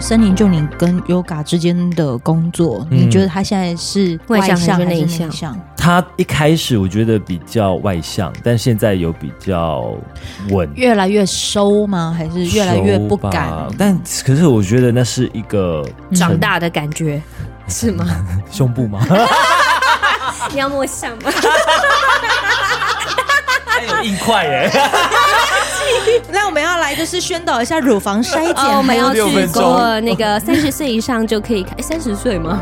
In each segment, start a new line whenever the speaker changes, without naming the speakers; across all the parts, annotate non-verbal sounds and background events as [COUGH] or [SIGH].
森林就你跟 Yoga 之间的工作，
嗯
你觉得他现在是
外
向
向还是
还是
内
内
向
向？
他一开始我觉得比较外向，但现在有比较稳，
越来越收吗？还是越来越不
收
敢
吧？但可是我觉得那是一个
长大的感觉是吗？
胸部吗？
[LAUGHS]
你要摸上吗？
还有哎硬块耶，
[LAUGHS] 那我们要来就是宣导一下乳房筛检，
哦，我们要
还有
去
六分钟
过那个三十岁以上就可以开，三十岁吗？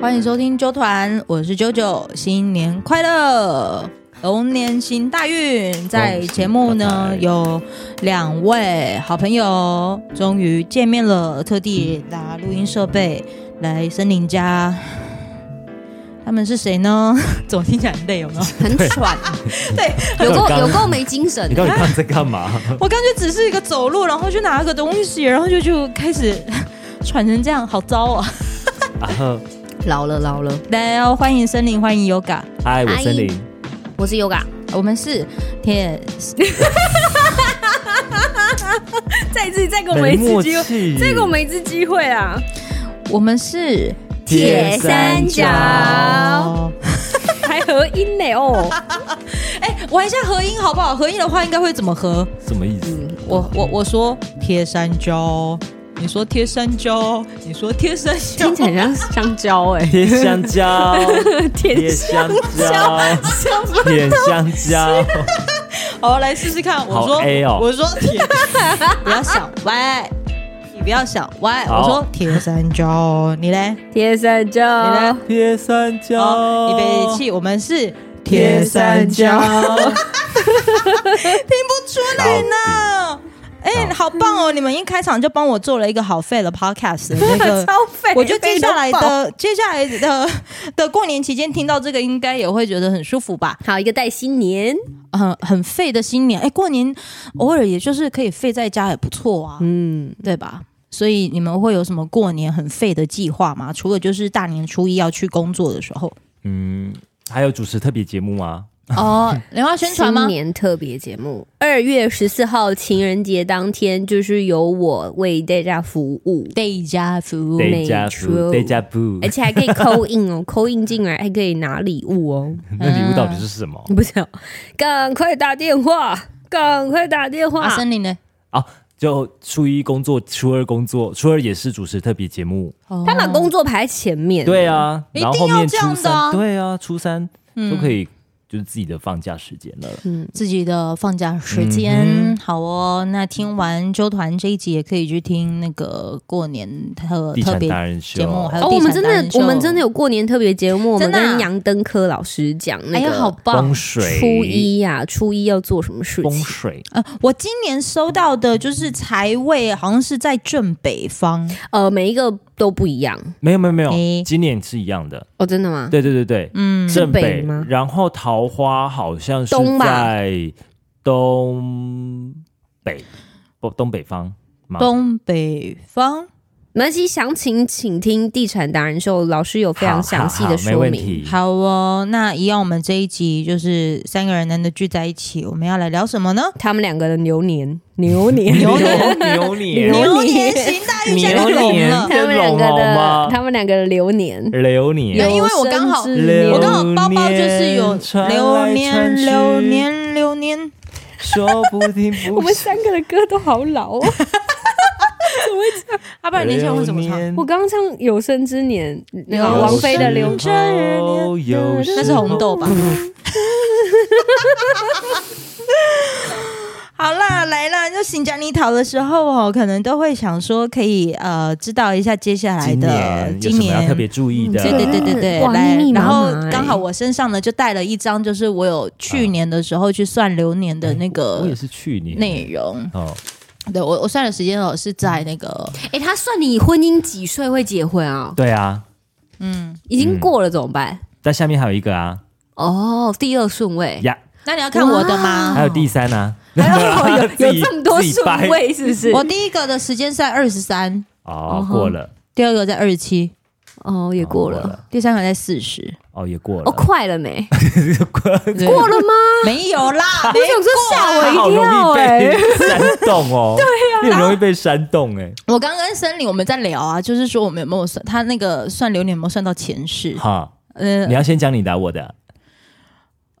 欢迎收听啾团，我是啾啾，新年快乐，龙年行大运。在节目呢
恭喜发财
有两位好朋友终于见面了，特地拿录音设备来森林家。他们是谁呢？ [LAUGHS] 怎么听起来很累？有没有？
很
[LAUGHS]
喘，
对
有够
刚
有够没精神
你。到底刚刚在
[LAUGHS]
干嘛？
我刚觉只是一个走路，然后去拿个东西，然后就就开始喘成这样，好糟啊！
然后，
老了老了，
来哦，欢迎森林，欢迎 Yoga，
嗨，我森林，
我是 Yoga，
我们是铁
再一次再给
没默契，
再给我们一次机会啊！
我们是
铁三角
哦，
还合音呢哦，
玩一下合音好不好？合音的话应该会怎么合？
什么意思？
我我我说贴山椒，你说贴山椒，你说贴山椒
[LAUGHS] 听，起来像香蕉 [LAUGHS] 哎，
贴香
[LAUGHS]
蕉，
甜
贴香蕉，舔香蕉，
[LAUGHS] 好，来试试看。我
好
说
A 哦
[LAUGHS]
我说铁，不要想歪，你不要想歪。
好
我说贴山椒，你嘞？
贴三
你
角
呢，
贴香
好，
蕉，
哦你别气，我们是
哦贴三角
[LAUGHS] 听不出来呢。哎、好棒哦！你们一开场就帮我做了一个好废的 podcast，那个
[LAUGHS] 超
[LAUGHS]
肥
我觉得接下来
肥到爆
的接下来的的过年期间听到这个，应该也会觉得很舒服吧？
好一个带新年，
很很废的新年，哎、过年偶尔也就是可以废在家也不错啊，
嗯，
对吧？所以你们会有什么过年很废的计划吗？除了就是大年初一要去工作的时
[LAUGHS]
候，
嗯，还有主持特别节目吗？
哦，你要宣传吗
新？年特别节目，二月十四号情人节当天，就是由我为大家服务，
对家服务，
得加
错
布，得加布
而，且还可以扣印 [LAUGHS] 哦，扣印进来还可以拿礼物哦。
[LAUGHS] 那礼物到底是什么？
你不知道，赶快打电话，赶快打电话。
阿森林呢？
啊，就初一工作，初二工作，初二也是主持特别节目。
他把工作排在前面，
对啊，
一定
然后后
要
面
这样
初
的啊
三，对啊，初三都可以就是自己的放假时间了。
自己的放假时间。
嗯
好哦，那听完周团这一集，也可以去听那个过年特
地
特
产
别
达人秀
节目，还有
哦，
地
我们
产
真
达人
的，
秀
我们真的有过年特别节目，我
真
们
的啊
跟杨登科老师讲那
哎呀，好
个
棒
风！水，
初一呀，初一要做什么事
风
情。
水，
呃，我今年收到的就是财位，好像是在正北方。
呃，每一个都不一样
没有没有没
诶
有，今年是一样的。
哦，真的吗？
对对对对，
嗯，
是
正
北
北
吗
然后桃花好像是
东吧
在东北，不东北方吗？
东北方。
没关系，详情请听地产达人秀，老师有非常
好
详细的
好好没
说
问
明。
题。
好哦，那一样，我们这一集就是三个人难得聚在一起，我们要来聊什么呢？
他们两个的牛年，
[LAUGHS]
[LAUGHS]
牛年，
牛年 [LAUGHS]
牛年
牛
牛
年
年行大运，现在
牛
龙
年
了。
[LAUGHS] 他们两
跟龙
个
好
的
吗，
[LAUGHS] 他们两个的流年。
流年，
因为我刚好
有生之年
我刚好包包就是有流
流
年
年、
流年、流年，
说不定
[LAUGHS]
不
我们三个的歌都好老 [LAUGHS] 哦。
阿爸，你年前会怎么唱？
我刚刚唱《有生之年》，那
有
个王菲的《流
流》，有
[LAUGHS] 那是红豆吧？好啦，来啦，就行讲你讨的时候哦，可能都会想说可以呃知道一下接下来
今
的嗯
年有什么要特别注意的？
对对对对对，
哇
来
密密，麻
然后
麻欸
刚好我身上呢就带了一张，就是我有去年的时候去算流年的那
我
个
也是去年
内容。
哦，
对我我算的时间哦是在那个
[LAUGHS] 哎、他算你婚姻几岁会结婚啊？
对啊，
嗯
已经过了怎么办？
但下面还有一个啊
哦，第二顺位，
呀，
那你要看我的吗？
还有第三
[LAUGHS]
啊，
哎
[LAUGHS]
还 [LAUGHS] 有有
自己
[LAUGHS] 有这么多顺位，是不是？
我第一个的时间是在二十三，
哦，过了
第二个在二十七，
哦，也过了，
第三个在四十，
哦，也过
哦，
了，
快了没？
过了，
对
过了吗？
没有 [LAUGHS] 啦，
我想说吓我
[LAUGHS] 他好
一
容
跳
易
哎
被煽
[LAUGHS]
动哦，对
啊
呀，你很容易被煽动哎，
我刚跟森林我们在聊啊，就是说我们有没有算他那个算流年有没有算到前世？
哈，
呃
你要先讲你的啊，我的啊，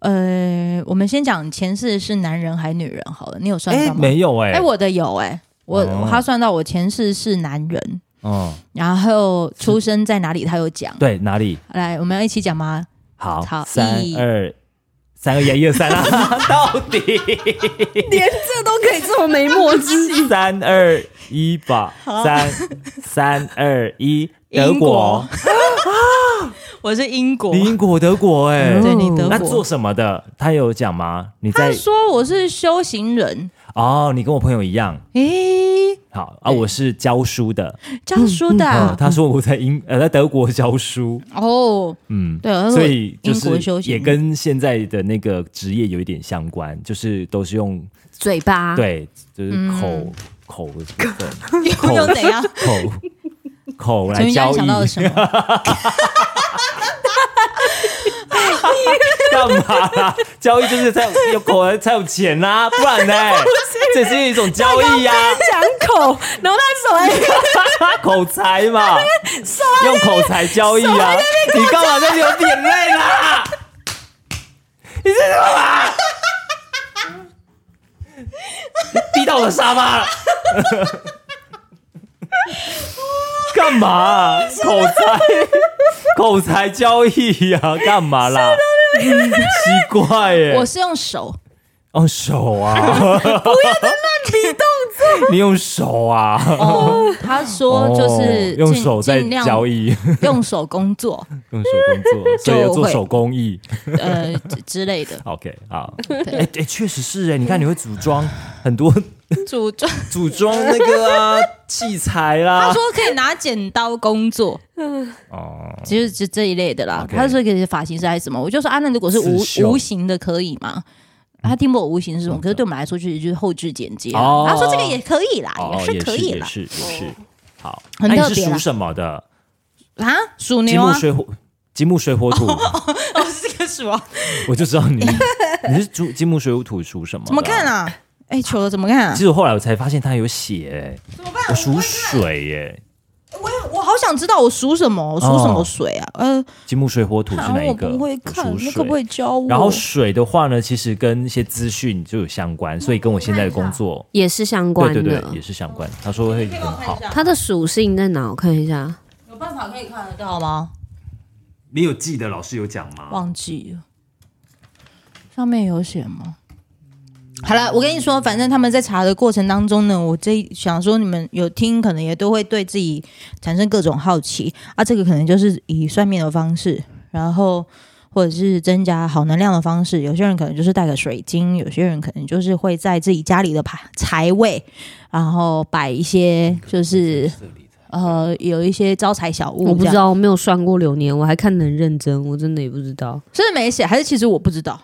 呃，我们先讲前世是男人还是女人好了，你有算
哎，
到吗？
没有哎
哎、，我的有哎、我、
哦
他算到我前世是男人，
嗯，
然后出生在哪里他有讲。
对，哪里
来，我们要一起讲吗？
好
好？
三
一
二三二一，一二三
[LAUGHS]
啦，到底
连这都可以这么没默契。
三二一吧，三三二一，德
英国
国，
我是英国
你英国德国哎，
嗯对你德
那
国
做。什么的？他有讲吗？你
他
在
说我是修行人，
哦，你跟我朋友一样。
诶、
好啊，我是教书的。
教书的
嗯，
啊、
他说我在英呃在德国教书，
哦，
嗯，
对，他说
所以就
英国修
是
行
也跟现在的那个职业有一点相关，就是都是用
[LAUGHS] 嘴巴，
对，就是
啊嗯
口口口
[LAUGHS] 又又怎
[LAUGHS]
样？
口口
陈
来
云佳
交
你
易，
想到了什么？
[LAUGHS] 干嘛啦？交易就是才有有口才才有钱啦、不
[LAUGHS]
然呢？这是一种交易啊呀、
讲口，然后他手
[LAUGHS]
还
口才嘛，用口才交易啊！你干嘛在流眼泪啦？你在干嘛？你滴到我的沙发了。干嘛、口才，口才交易呀、啊干嘛啦？奇怪耶、
我是用手，
用手啊！ [LAUGHS] 不要在那比 [LAUGHS] 动作，你用手啊！
哦，他说就是
哦用
尽
手在
尽量
交易，
用手工作，
[LAUGHS] 用手工作，所以要做手
[LAUGHS]
工艺。
呃之之类的
OK，好，哎哎，确实是哎，你看你会组装 [LAUGHS] 很多，
组装。
组装那个
[LAUGHS]
啊器材
他
啦，
说可以拿剪刀工作，
哦，
就是这这一类的啦。
OK
他说可以发型师还是什么，我就说啊，那如果是无
刺绣嗯
无形的可以吗？啊他听不懂无形是什么，可是对我们来说其实就是后置剪接啊。
哦
他说这个也可以啦，
哦，
是
也
可
是
以
也
啦哦
是也是，好，那
很
你
特
是
别啦
属什么的？
啊，属
金
牛
木
啊，
水火，金木水火土，
[LAUGHS] 哦是个属啊，
[LAUGHS] 我就知道你，你是属金木水火土属什么？
[LAUGHS] 怎么看？啊？哎，球怎么看啊
其？实我后来我才发现他有写，哎
怎么办？
我属水哎耶，
我也我好想知道我属什么，我属
哦
什么水啊？呃，
金木水火土是
好
哪
像
一
我
个？
不会
我
看
属，
那
水
可不可以教我？
然后水的话呢，其实跟一些资讯就有相
哦
关，所以跟我现在的工作，
也是相
对
关
对对，
的
也。是相关。他说会很好，
下，
它的属性在哪？我看一下。
有办法可以看得到吗？
你有记得老师有讲吗？
忘记了，上面有写吗？好了，我跟你说，反正他们在查的过程当中呢，我这一想说你们有听，可能也都会对自己产生各种好奇啊。这个可能就是以算命的方式，然后或者是增加好能量的方式。有些人可能就是带个水晶，有些人可能就是会在自己家里的牌财位，然后摆一些 [LAUGHS] 就是呃有一些招财小物。
我不知，道，我没有算过流年，我还看得很认真，我真的也不知道。
是没写还是其实我不知道，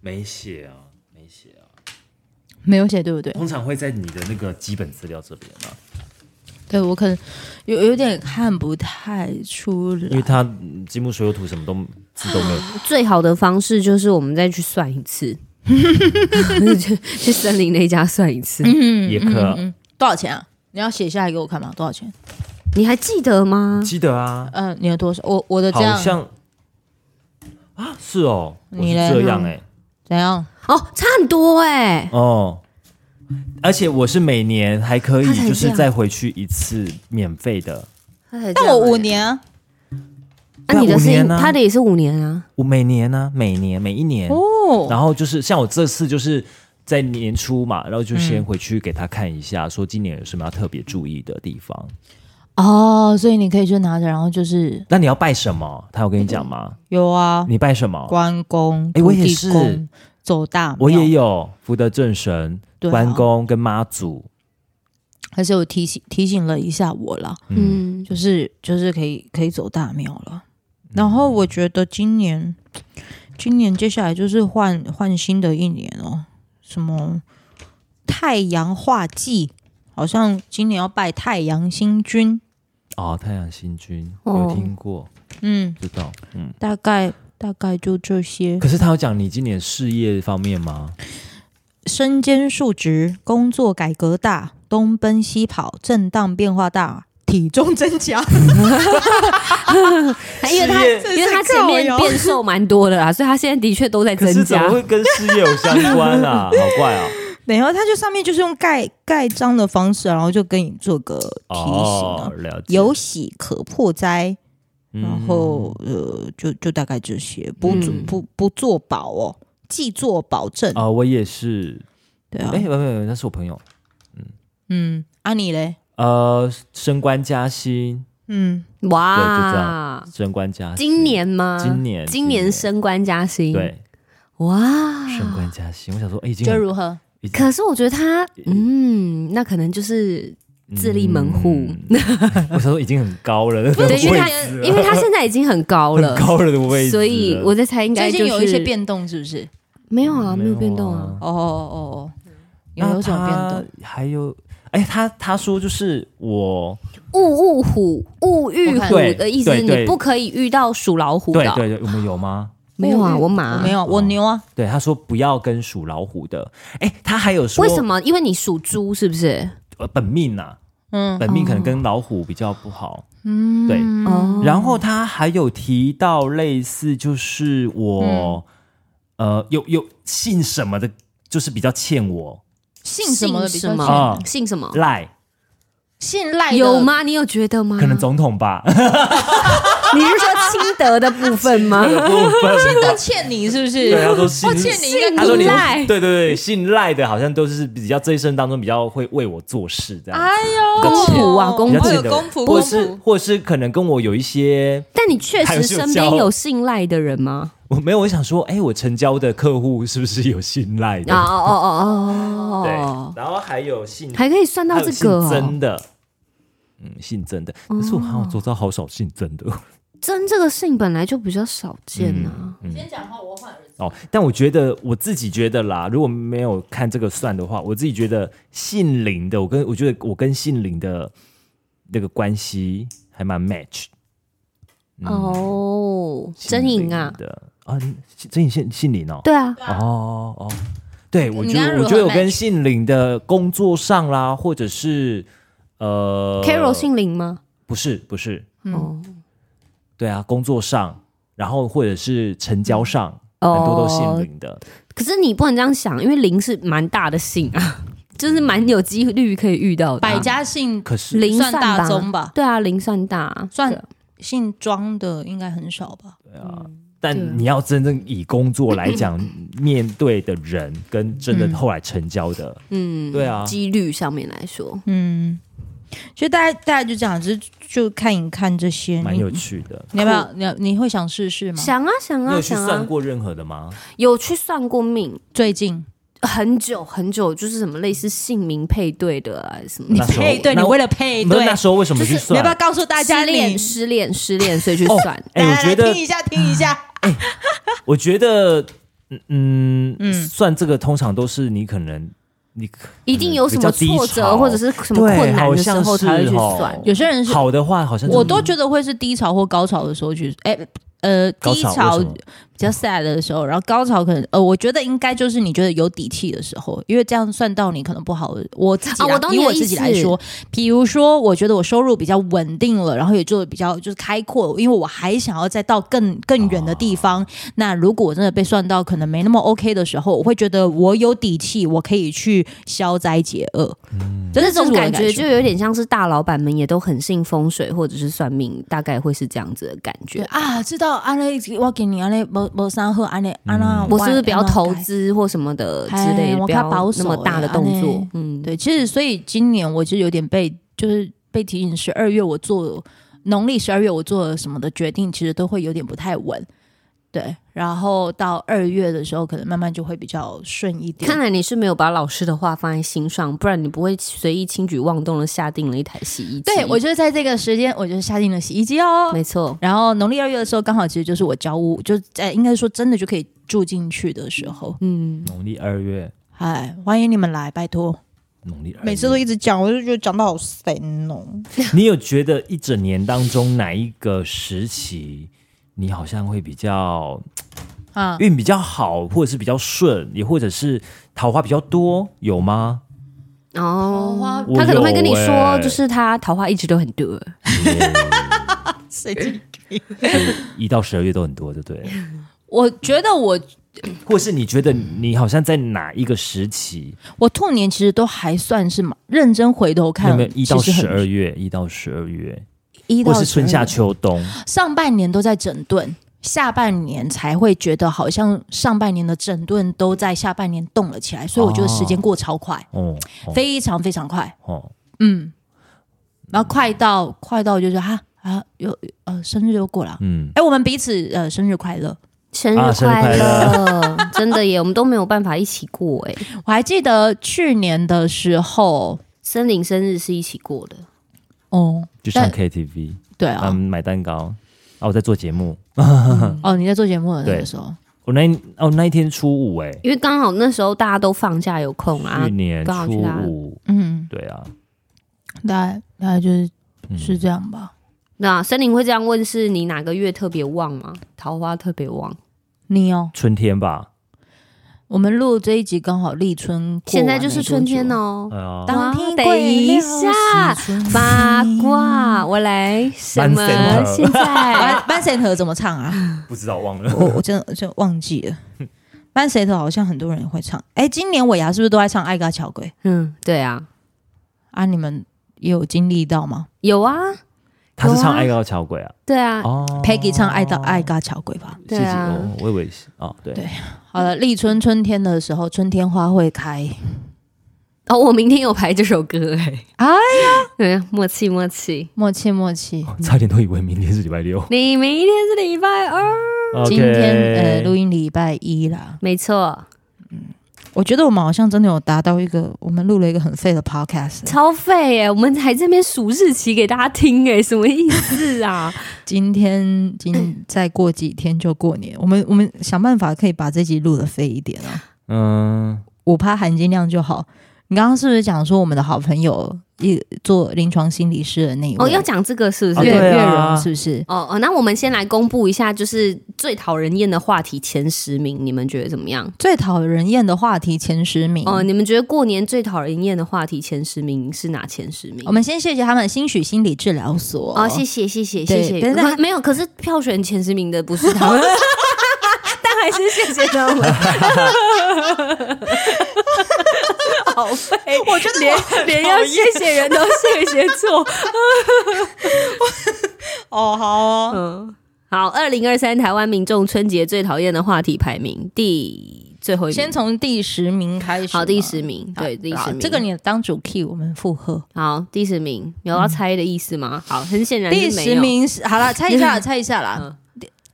没写啊，没写啊。
没有写对不对？
通常会在你的那个基本资料这边啊，
对我可能有有点看不太出
因
来
为，他嗯金木水火土什么都字都没
嗯
有。
最好的方式就是我们再去算一次， [LAUGHS] 去去森林那家算一次。
嗯
也可
多少钱啊？你要写下来给我看吗？多少钱？
你还记得吗？
记得啊，
嗯、你有多少？我我的这
好
样
像啊是哦，我
你
是
嘞嗯
这样哎
怎样？
哦，差很多哎、
哦。而且我是每年还可
他才
以，
这
就是
样
再回去一次免费的，
但我五，年啊，
那、啊、你的是
对啊五年啊
他的也是五年啊。
我每年呢、每年每一年
哦，
然后就是像我这次就是在年初嘛，然后就先回去给他看一下，说今年有什么要特别注意的地方。
哦，所以你可以就拿着，然后就是
那你要拜什么？他有跟你讲吗？
有啊，
你拜什么？
关公、
诶
土
我也
地
是
公、走大庙，
我也，有福德正神、
对啊
关公跟妈祖。
还是有提醒提醒了一下我啦，
嗯，
嗯，
就是就是可以可以走大庙了。然后我觉得今年，今年接下来就是换换新的一年哦，什么太阳化忌，好像今年要拜太阳星君，
哦，太阳星君
哦
有听过，
嗯，
知道。嗯，
大概大概就这些。
可是他有讲你今年事业方面吗？
身兼数职，工作改革大，东奔西跑，震荡变化大，体重增加。 [LAUGHS]
还因为他
事业
因为他前面变瘦蛮多
[LAUGHS]
的啦，啊所以他现在的确都在
可
增
是怎
加
么。会跟事业有相关
[LAUGHS]
啊？好怪啊！
没有，他就上面就是用盖盖章的方式，然后就跟你做个提醒啊
哦，了解。
有喜可破灾，
嗯，
然后、呃，就就大概这些，不做、
嗯
不不做保哦，既做保证，
啊，我也是。
对啊，
哎，没有没有，那是我朋友。
嗯，啊你嘞，
呃，升官加薪，
嗯，
对就这
哇，
升官加薪。
今年吗？
今年
今年升官加薪。，
对
哇，啊
升官加薪，我想说，哎，已经
觉得
很
如何？
已经
可是我觉得他，嗯，那可能就是自立门户
嗯 [LAUGHS] 我想说已经很高了，那个
对，因为他
位置
啊
了
因为他现在已经很高了
啊 [LAUGHS] 很，高了的位置了，
所以我在猜应该
最
就
近
是
有一些变动是不是？
没有啊，
嗯
没有变动啊。。
哦哦哦哦，啊有
那
有什么变
他
动？
还有，哎，他他说就是我，
勿误虎，勿遇虎
对
的意思
对
是你
对
不可以遇到属老虎
对
的。
对对，我们有吗？
没有啊，
我
我马
没。有，我牛啊，
对，他说不要跟属老虎的。哎，他还有说
为什么？因为你属猪，是不是？
呃本命呐，
嗯
本命可能跟老虎比较不好。
嗯，
对
哦，
然后他还有提到类似就是
嗯
我，呃，有有姓什么的，就是比较欠我
姓什么的比较
姓什么？
欠
啊
姓什么？
赖，
信赖的
有？吗？你有觉得
嗯
吗？
可能总
[LAUGHS]
统吧
你是说清德的部分
[LAUGHS]
吗？
的部分吧
都。欠你是不是？ [LAUGHS]
对，他说姓
我欠你应该
姓
他哦说你
赖
对对对，姓赖的好像都是比较这一生当中比较会为我做事这样，
哎呦，
公仆啊公仆
比较
我有
欠的，
公仆，
或
公
者是
仆，
或者是可能跟我有一些，
但你确实身边有信赖的人吗？
我没有，我想说，哎，我成交的客户是不是有信赖
啊
的？
哦
对
哦哦哦，，
然后还有姓
还可以算到这个
还有姓
哦。
曾的，嗯，姓曾的。可是我好像周遭好少姓曾的。
真这个姓本来就比较少见啊。
嗯
先讲话，我换儿子。
哦，但我觉得我自己觉得啦，如果没有看这个算的话，我自己觉得姓林的，我跟我觉得我跟姓林的那个关系还蛮 match。嗯，
哦，
姓
真
林
颖啊，
的啊，真颖姓姓林哦。
对啊，
哦哦哦，对，我
你
觉
跟他
得
如
我
何
觉得我
match？
跟姓林的工作上啦，或者是呃
Carol 姓林吗？
不是不是，
嗯
哦，
嗯对啊，工作上，然后或者是成交上，
嗯
哦
很多都姓林的。
可是你不能这样想，因为林是蛮大的姓啊， [LAUGHS] 就是蛮有几率可以遇到的啊、
百家姓
可是
林
算
算
大宗嗯吧，
对啊，林算大啊，对
算姓庄的应该很少吧？
对啊
但你要真正以工作来讲，面对的人跟真
嗯
的后来成交的，
嗯，
对啊
几率上面来说，
嗯，就大概大概就这样，只是就看一看这些。
蛮
你
有趣的。
你要不要？你要你会想试试吗？
想啊想
你有
啊
去
嗯
想
算
啊，
过任何的吗？
有去算过命，
最近
很久很久，就是什么类似姓名配对的啊，什么
你
那时候
配对，你
那
为了配
那
对
那，时候为什么去
你要
算
不？要告诉大家
失
你
恋失恋失恋，所以去
哦
算。
哎，我
来来
觉
来
得
听，一下，听一下。
我觉得，嗯
嗯
嗯，算这个通常都是你可能你可
一定有什
嗯比
么
较低
挫折
潮
或者是什么困难的时
对好
候
像是
才会去
哦
算。
有些人是，
好的话，好像就
我都觉得会是低潮或高潮的时候去，哎、呃，
高
低
潮
潮
为什么
比较 sad 的时候，然后高潮可能，呃，我觉得应该就是你觉得有底气的时候，因为这样算到你可能不好。我自己来、
啊我懂
以
你的
我自己来说，比如说，我觉得我收入比较稳定了，然后也做的比较就是开阔，因为我还想要再到更更远的地
哦
方。那如果我真的被算到可能没那么 OK 的时候，我会觉得我有底气，我可以去消灾解厄。嗯，这
这
是
种
我的
感觉
受
就有点像是大老板们也都很信风水或者是算命，大概会是这样子的感
对
觉。
啊，知道安尼，我给
啊
你安尼无无啥好安尼安那，
我是不是不要投
嗯我会安怎改？
资或什么的之类
哎
的，
我
不
较
要
保守哎
那么大的动
安
作
尼？
嗯，
对，其实所以今年我就有点被就是被提醒，十二月我做农历十二月我做了什么的决定，其实都会有点不太稳。对，然后到二月的时候，可能慢慢就会比较顺一点
看。来你是没有把老师的话放在心上，不然你不会随意轻举妄动的下定了一台洗衣机。
对，我就是在这个时间，我就下定了洗衣机哦。
没错。
然后农历二月的时候，刚好其实就是我交屋，就在应该说真的就可以住进去的时候。
嗯，
农历二月，
哎，欢迎你们来，拜托。
农历二月。
每次都一直讲，我就觉得讲到好神哦。
你有觉得一整年当中哪一个时期，你好像会比较
啊，
运比较好，或者是比较顺，也或者是桃花比较多，有吗？
哦，
花
我
他可能会跟你
有欸
说，就是他桃花一直都很多。
谁知
一到十二月都很多，对不对？
我觉得我
或是你觉得你好像在哪一个时期？
我兔年其实都还算是嘛，认真回头
你
看，
有没有一到
其实
十
很
二月？一到十二月，
一到
或是春夏
12
秋冬？
上半年都在整顿，下半年才会觉得好像上半年的整顿都在下半年动了起来，所以我觉得时间过超快，
哦
非常非常快，
哦，
嗯，然后快到快到就是哈啊有呃生日又过了，
嗯，
哎、我们彼此呃生日快乐。
生
啊
日
生日
快
快
乐，真的耶，我们都没有办法一起过哎。
我还记得去年的时候，
森林生日是一起过的，
哦，
就唱
但
KTV，
对啊，
嗯，买蛋糕。啊，我在做节目。
哦，你在做节目
嗯对
的时候，
我那一哦那一天初五哎、
因为刚好那时候大家都放假有空啊
去，年
刚好去
初
他
五，
嗯，
对啊，
大概大概就是
嗯
是这样吧。
那啊森林会这样问，是你哪个月特别旺吗？桃花特别旺，
你哦，
春天吧，
我们录这一集刚好立春，
现在就是春天。哦。
哎呀，
当天
等一下，八卦，我来什么
蛮神？的
现在
班班神和怎么唱
[LAUGHS]
啊？
不知道忘了。
我我真的真的忘记了。班神和好像很多人也会唱。哎，今年尾牙是不是都在唱《爱嘎巧鬼》
嗯，对啊，
啊？你们也有经历到吗
有啊，
他是
有
唱《
啊
爱高桥鬼》啊，
对啊，
哦
？Peggy 唱《爱到爱嘎巧鬼》吧。
谢
对
谢
啊
哦，我以为是哦，对
对好了，立春春天的时候，春天花会开。
哦，我明天有排这首歌哎，
哎呀，
[LAUGHS] 嗯，默契默契，
默契默契。
[LAUGHS] 差点都以为明天是礼拜六。
[LAUGHS] 你明天是礼拜二，
今天呃，录
音
音礼拜一啦。
没错，
我觉得我们好像真的有达到一个，我们录了一个很废的 podcast。
超费哎，我们还这边数日期给大家听哎，什么意思啊？
[LAUGHS]
今天
[CLEARS THROAT]
今再过几天就过年，我们我们想办法可以把这集录的飞一点啊，
嗯，
我怕含金量就好。你刚刚是不是讲说我们的好朋友一做临床心理师的那一位？
哦，要讲这个是不
啊
是？
月
对
月荣是不是？
哦哦，那我们先来公布一下，就是最讨人厌的话题前十名，你们觉得怎么样？
最讨人厌的话题前十
嗯
名。
哦、你们觉得过年最讨人厌的话题前十名是哪前十名
我？们先谢谢他们兴许心理治疗所。[LAUGHS]
哦，谢谢谢谢谢
对
谢，
但是
可
他
没有，可是票选前十名的不是他们， [LAUGHS] 但还是谢谢
[LAUGHS]
他们。好废，我觉得连连要谢谢人都谢谢错。 [LAUGHS]
哦，好哦，
嗯，好，二零二三台湾民众春节最讨厌的话题排名第最后一名，
先从第十名开始。
好第十，名，
好
对第
好
十名，
这个你当主 key，我们附和。
好第十名有要猜的意思吗？好，很显然
嗯第
是没
十
有。
名是
[LAUGHS]
好了，猜一下啦，猜一下啦。
嗯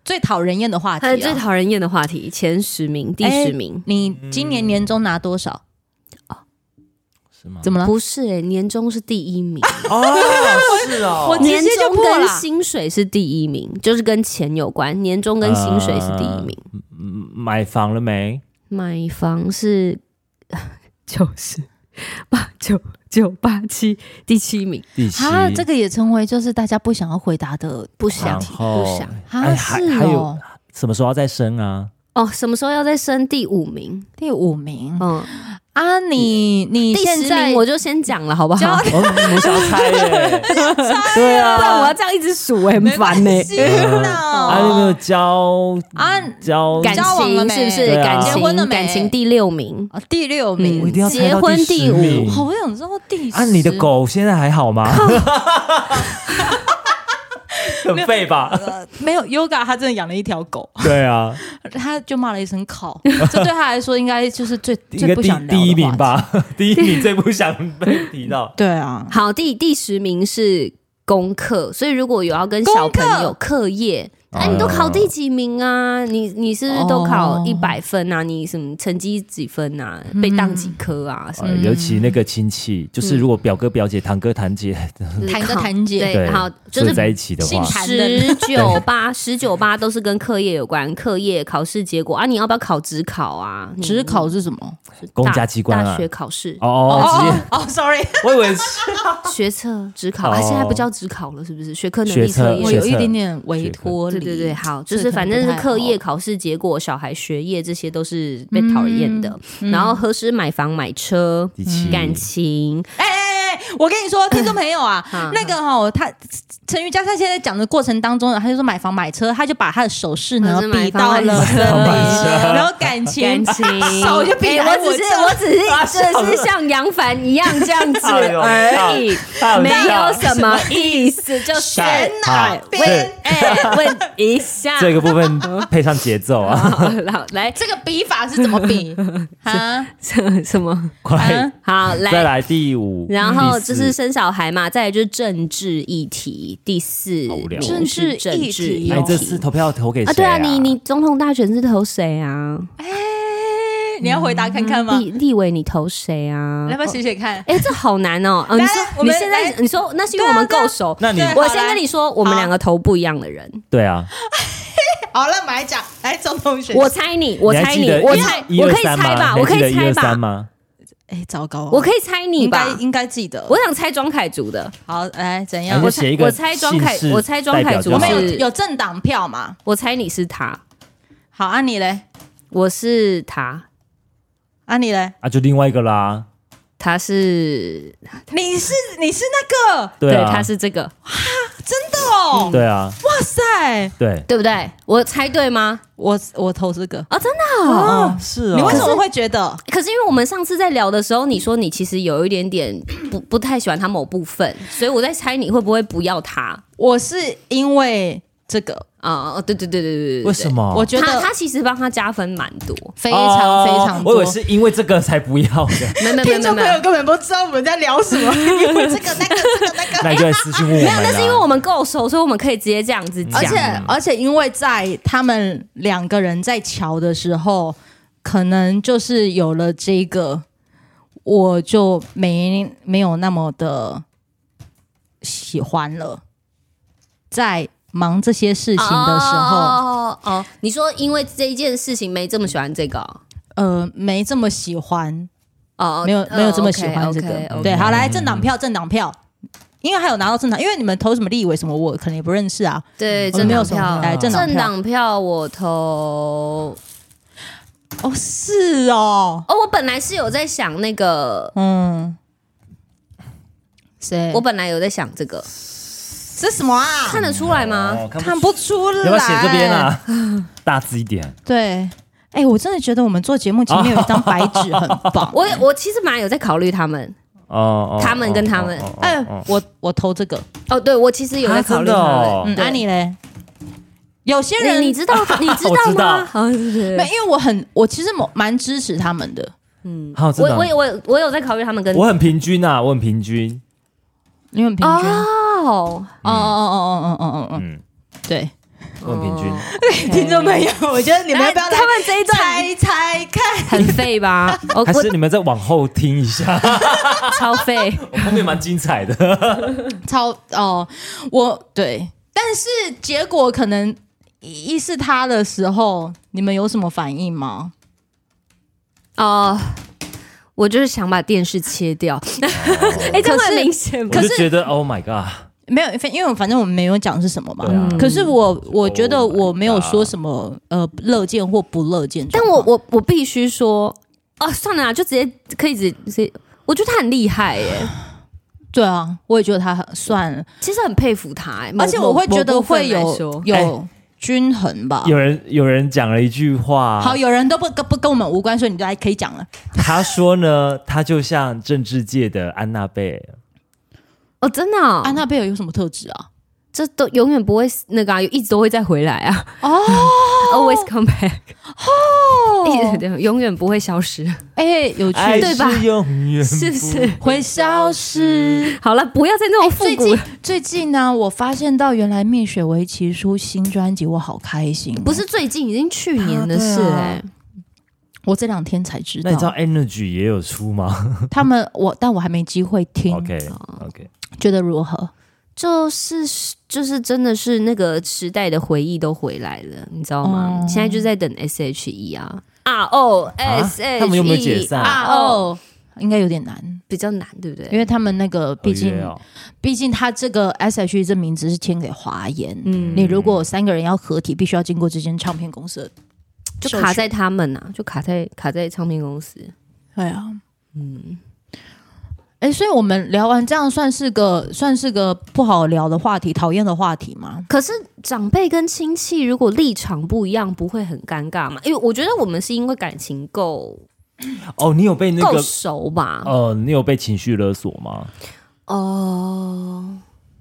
最讨人厌的话题
他
啊，
的最讨人厌的话题，前十名，第
哎
十名、
你今年年终拿多少？
是吗？
怎么了？
不是、欸、年终是第一名，
哦，是哦，
我
年
直接就
终
破
跟
啦
薪水是第一名，就是跟钱有关，年终跟薪水是第一名，
嗯买房了没？
呃买房是九十八九九八七第七名，
第七，
啊，这个也成为就是大家不想要回答的
不想
然后
不想
啊，
哎还
是
还有
哦，
什么时候要再生啊？
哦，什么时候要再升第五名？
第五名
嗯，
啊，你你
第
现
十
在
名我就先讲了，好不好？
我哦我想要猜耶， [LAUGHS] 对啊，
不然我要这样一直数、欸，很烦呢、
天哪
[LAUGHS] 啊，你有没有交
啊
交？
感
交往了
情
没
是不是？
对啊
感
结婚了
情
没
感情第六名，
啊第六
嗯我一
名
定要猜
结
到
婚
第
第
十
五
名。
好，我想知道第
啊，
十
你的狗现在还好吗？
[LAUGHS]
很废吧？
呃没有 Yoga，他真的养了一条狗，
对啊，
他就骂了一声“靠”， [LAUGHS] 这对他来说应该就是最
应
最
该
不
第
想聊的
第一名
话题。
吧， [LAUGHS] 第一名最不想被提
[LAUGHS] 嗯
到。
对啊，
好，第第十名是功课，所以如果有要跟小朋友课业哎、你都考第几名啊？你你是不是都
哦
考一百分啊？你什么成绩几分啊？
嗯
被当几科啊？什么
呃，尤其那个亲戚，就是如果表哥、表姐、堂哥、堂姐 [LAUGHS]
谈个谈姐
对，
对
好，嗯就
睡
是
在一起的
姓
话，
谭
十九八，十九八都是跟课业有关，课业考试结果啊，你要不要考职考啊？你
职考是什么？
大
公家机关啊
大学考试、
哦哦，
[LAUGHS]
哦
直
，sorry，
接，我以为是
学测、职考，
哦
啊，现在不叫职考了，是不是？学科能力
学测
测
对
验
我
学。
有一点点委托
对
离，
对对，好，就
这
是
可能
反
不
正是
太
课业、
好嗯
考试结果、小孩学业这些都是被讨厌的。然后何时买房、买车、
第七
感情，
哎哎哎，我跟你说，听众朋友啊
[LAUGHS] 嗯，
那个哈，他陈瑜佳他现在讲的过程当中呢，他就说买房买车，他就把他的手势呢
他是买
比
房
到了
买车
森林，
买车
然后感情
感
[LAUGHS]
情，
手啊就比
哎
来
我只是
这啊
我只
大
是
笑
就是像杨凡一样这样子
[LAUGHS] 哎呦
而已，
大笑
没有什么意思，就是
神
好
奶边，
哎 [LAUGHS] 问一下，
这个部分配上节奏啊，
好，好来
这个比法是怎么比啊？
什什么
[LAUGHS] 快
嗯好
再
来。
来第五，
然后就
第
是
四
生小孩嘛，再来就是政治议题，第四
好无聊
名
政
是
治
政
议
治
题
议
哦
哎，这次投票投给谁
啊，对啊，你你总统大选是投谁啊？嗯
哎你要回答看看吗？
立立委你投谁啊
你要？不要写写看？
哎，这好难哦！哦，
来
你
来
说
我
你
们
现在
来
你说那是因为我们够熟，
那你
对
我
好
先
来
跟你说，我们两个投不一样的人。
对啊，
哎好了，买奖来总统选
我猜你，我
你还
猜
记
你，
得
我
一
猜，
一
我
二
可以猜
三吗
吧，
你
我
还
可
记得
以
一
猜
二三
吧，
吗？
哎，糟糕哦，
我可以猜你
应
吧
该。应该记得
我。想猜庄凯族的，
好，来怎
还
样
是？
啊我猜
写一个
我猜庄凯
姓氏
我猜庄
代表
凯族
就
我
好
们有
是
有政党票嘛？
我猜你是他，
好，安妮嘞，
我是他，
安妮嘞，
啊，就另外一个啦，
他是
你是你是那个
对啊，
他是这个，
真的哦？
对啊，
哇塞，
对，
对不对？我猜对吗？
我我投这个，
哦，真的哦。
啊，是
你为什
哦，
么会觉得？
可是因为我们上次在聊的时候，你说你其实有一点点 [COUGHS] 不不太喜欢他某部分，所以我在猜你会不会不要他
我是因为这个，
啊？哦，对对对对对对，
为什么？
我觉
他
得
他其实帮他加分蛮多，
非常非常
哦
多
我以为。是因为这个才不要
[LAUGHS]
的，
没没没没没。
根本不知道我们在聊什么， [LAUGHS] 因为这个那个这个那个
那你就来私信问我们啦。哦
但是因为我们够熟，所以我们可以直接这样子讲。
而且呃而且，因为在他们两个人在瞧的时候，可能就是有了这个，我就没没有那么的喜欢了。在忙这些事情的时候，
哦哦哦，你说因为这一件事情没这么喜欢这个哦，
呃，没这么喜欢，
哦
没有没有这么喜欢这个。对，好，来政党票，政党票。因为还有拿到政党，因为你们投什么立委什么，我可能也不认识啊。
对，
我们
政
没有
党
什么
票，
来政党票
党票我投。
哦，是哦，
哦，我本来是有在想那个，
嗯，谁？
我本来有在想这个，
这什么啊？
看得出来吗？
哦看不
看不出来。
要不要写这边？啊？大字一点，
对，哎、我真的觉得我们做节目前面有一张白纸很 [LAUGHS] 棒。
我我其实蛮有在考虑他们。
哦，哦
他们跟他们
哦哦哦
哎、
哦
我我投这个，
哦，对，我其实有在
啊
考
真
虑
的
他们。
哦
嗯，，安妮嘞？有些人
你你知 [LAUGHS] 道你知
我
道
知道
吗？好是不是
没？因为我很我其实蛮蛮支持他们的，
好，真
嗯我
的
我，有我有我有在考虑他们跟
我很平均啊，我很平均，
你很平均。哦
哦，
哦哦哦哦哦哦哦，
嗯，
对，
我很平
[LAUGHS]
均。
哦
听众朋友，我觉得你
你
们要不要来
他们这一段
猜猜看？
很废吧？
[LAUGHS]
我
还是
我
你们再往后听一下，
超废。
我后面蛮精彩的。
超哦，我对，但是结果可能一一是他的时候，你们有什么反应吗？
哦、我就是想把电视切掉。
哦
[LAUGHS] 哎、这
可
会
是
明显
我
吧？
就觉得，Oh my
哦
god！
没有，因为我反正我们没有讲是什么嘛。
对啊
可是我我
Oh
觉得我没有
my god
说什么呃乐见或不乐见状
但
况，
我我我必须说，哦，算了啦，就直接可以直直接。我觉得他很厉害耶，
对啊，我也觉得他很算了，
其实很佩服他耶，某
而且我会觉得会
某部分来
有
说哎
有均衡吧。
有人有人讲了一句话，
好，有人都不跟不跟我们无关，所以你就来可以讲了。
他说呢，他就像政治界的安娜贝尔，
哦，真的哦、
安娜贝尔有什么特质啊？
这都永远不会那个、啊，一直都会再回来啊。
哦，
always come back， [LAUGHS]
哦，
对，永远不会消失，
[LAUGHS] 哎，有趣，
爱
对吧
是永远
[LAUGHS] 是不是？哎
会消失。
[LAUGHS] 好了，不要再那种复
哎最
古
近最近呢、我发现到原来蜜雪维奇出新专辑，我好开心哦、
不是最近，已经去年的事
对啊
哎、
我这两天才知
那你知道
哦
道，
Energy 也有出吗
他们我但我还没机会听
？OK
哦
OK，
觉得如何？
就是就是真的是那个时代的回忆都回来了，你知道吗？
哦
现在就在等 S H E 啊，R O S
啊
H E，
他们有没有解散
R
啊
O
哦，应该有点难，
比较难，对不
因
对？
为他们那个毕竟
合约哦
毕竟他这个 S H E 这名字是签给华研，
嗯
你如果三个人要合体，必须要经过这间唱片公司的，
就卡在他们呐、啊，就卡在卡在唱片公司。
对啊，
嗯，
哎、所以我们聊完这样算是个算是个不好聊的话题，讨厌的话题吗？
可是长辈跟亲戚如果立场不一样，不会很尴尬吗？因为我觉得我们是因为感情够
哦，你有被那
够
个
熟吧。
呃，你有被情绪勒索吗？
哦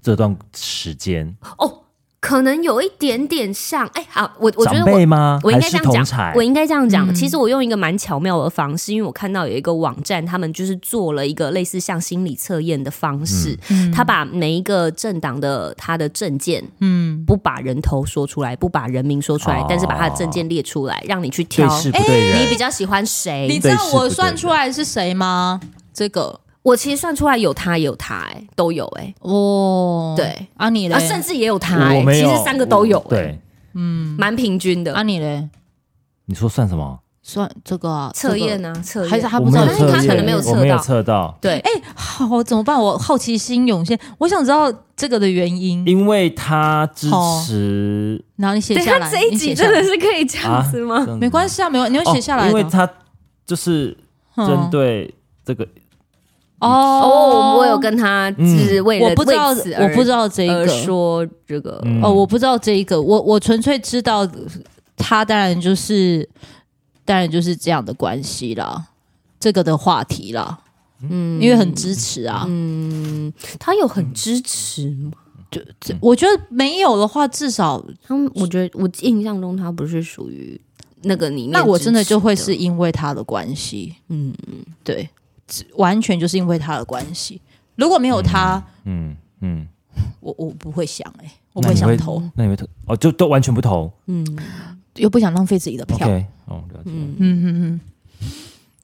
这段时间，
哦，可能有一点点像，哎、好，我我觉得
长
我
辈吗？
我应
还
该
是
这
同
样
才
讲，我应该这样讲。
嗯
其实我用一个蛮巧妙的方式，因为我看到有一个网站，他们就是做了一个类似像心理测验的方式，
嗯
他把每一个政党的他的证件，
嗯，
不把人头说出来，不把人名说出来，
哦
但是把他的证件列出来，让你去挑
对事不对
哎你
人，
比较喜欢
你
谁。
知道
对是
我
不
算
对
出来是谁吗？这个
我其实算出来有他有他、哎，都有哎、
哦，
对，
啊你嘞，
啊，甚至也有他、哎
我没
其
有，
实三个都有、
我
哎，
对，
蛮平均的。
啊你嘞，
你说算什么？
算这个啊
测验
呢？
呢？测验
还是他
我
不知
没
道
有
他
测
可
验，
能没有测
我没有
到
测到，
对，
哎、好，怎么办？我好奇心涌现，我想知道这个的原因。
因为他支持
然后你写
等一
下
下
来，
这一
你
集
写下
真
来
的哦 [LAUGHS] 是可以这样子吗？
没关系啊，没有，你有写下来
哦
的、啊
因为他就是
嗯
针对这个，
哦
啊
嗯
哦，我有跟他就是为了、
我不知道，
为此而
我不知道这一
而
个
说这个，
嗯
哦，我不知道这一个，我我纯粹知道他，当然就是当然就是这样的关系啦，这个的话题啦，
嗯
因为很支持啊，
嗯，他有很支持吗？
这我觉得没有的话，至少
他们我觉得我印象中他不是属于那个里面支
那
持，
我真的就会是因为他的关系，
嗯，
对，只完全就是因为他的关系，如果没有他。
嗯嗯，
我我不会想哎、我
那
不会
你
想
会
投，
那你会投哦，就都完全不投
嗯
又不想浪费自己的票。
，OK，哦，了解。
嗯。
嗯嗯嗯，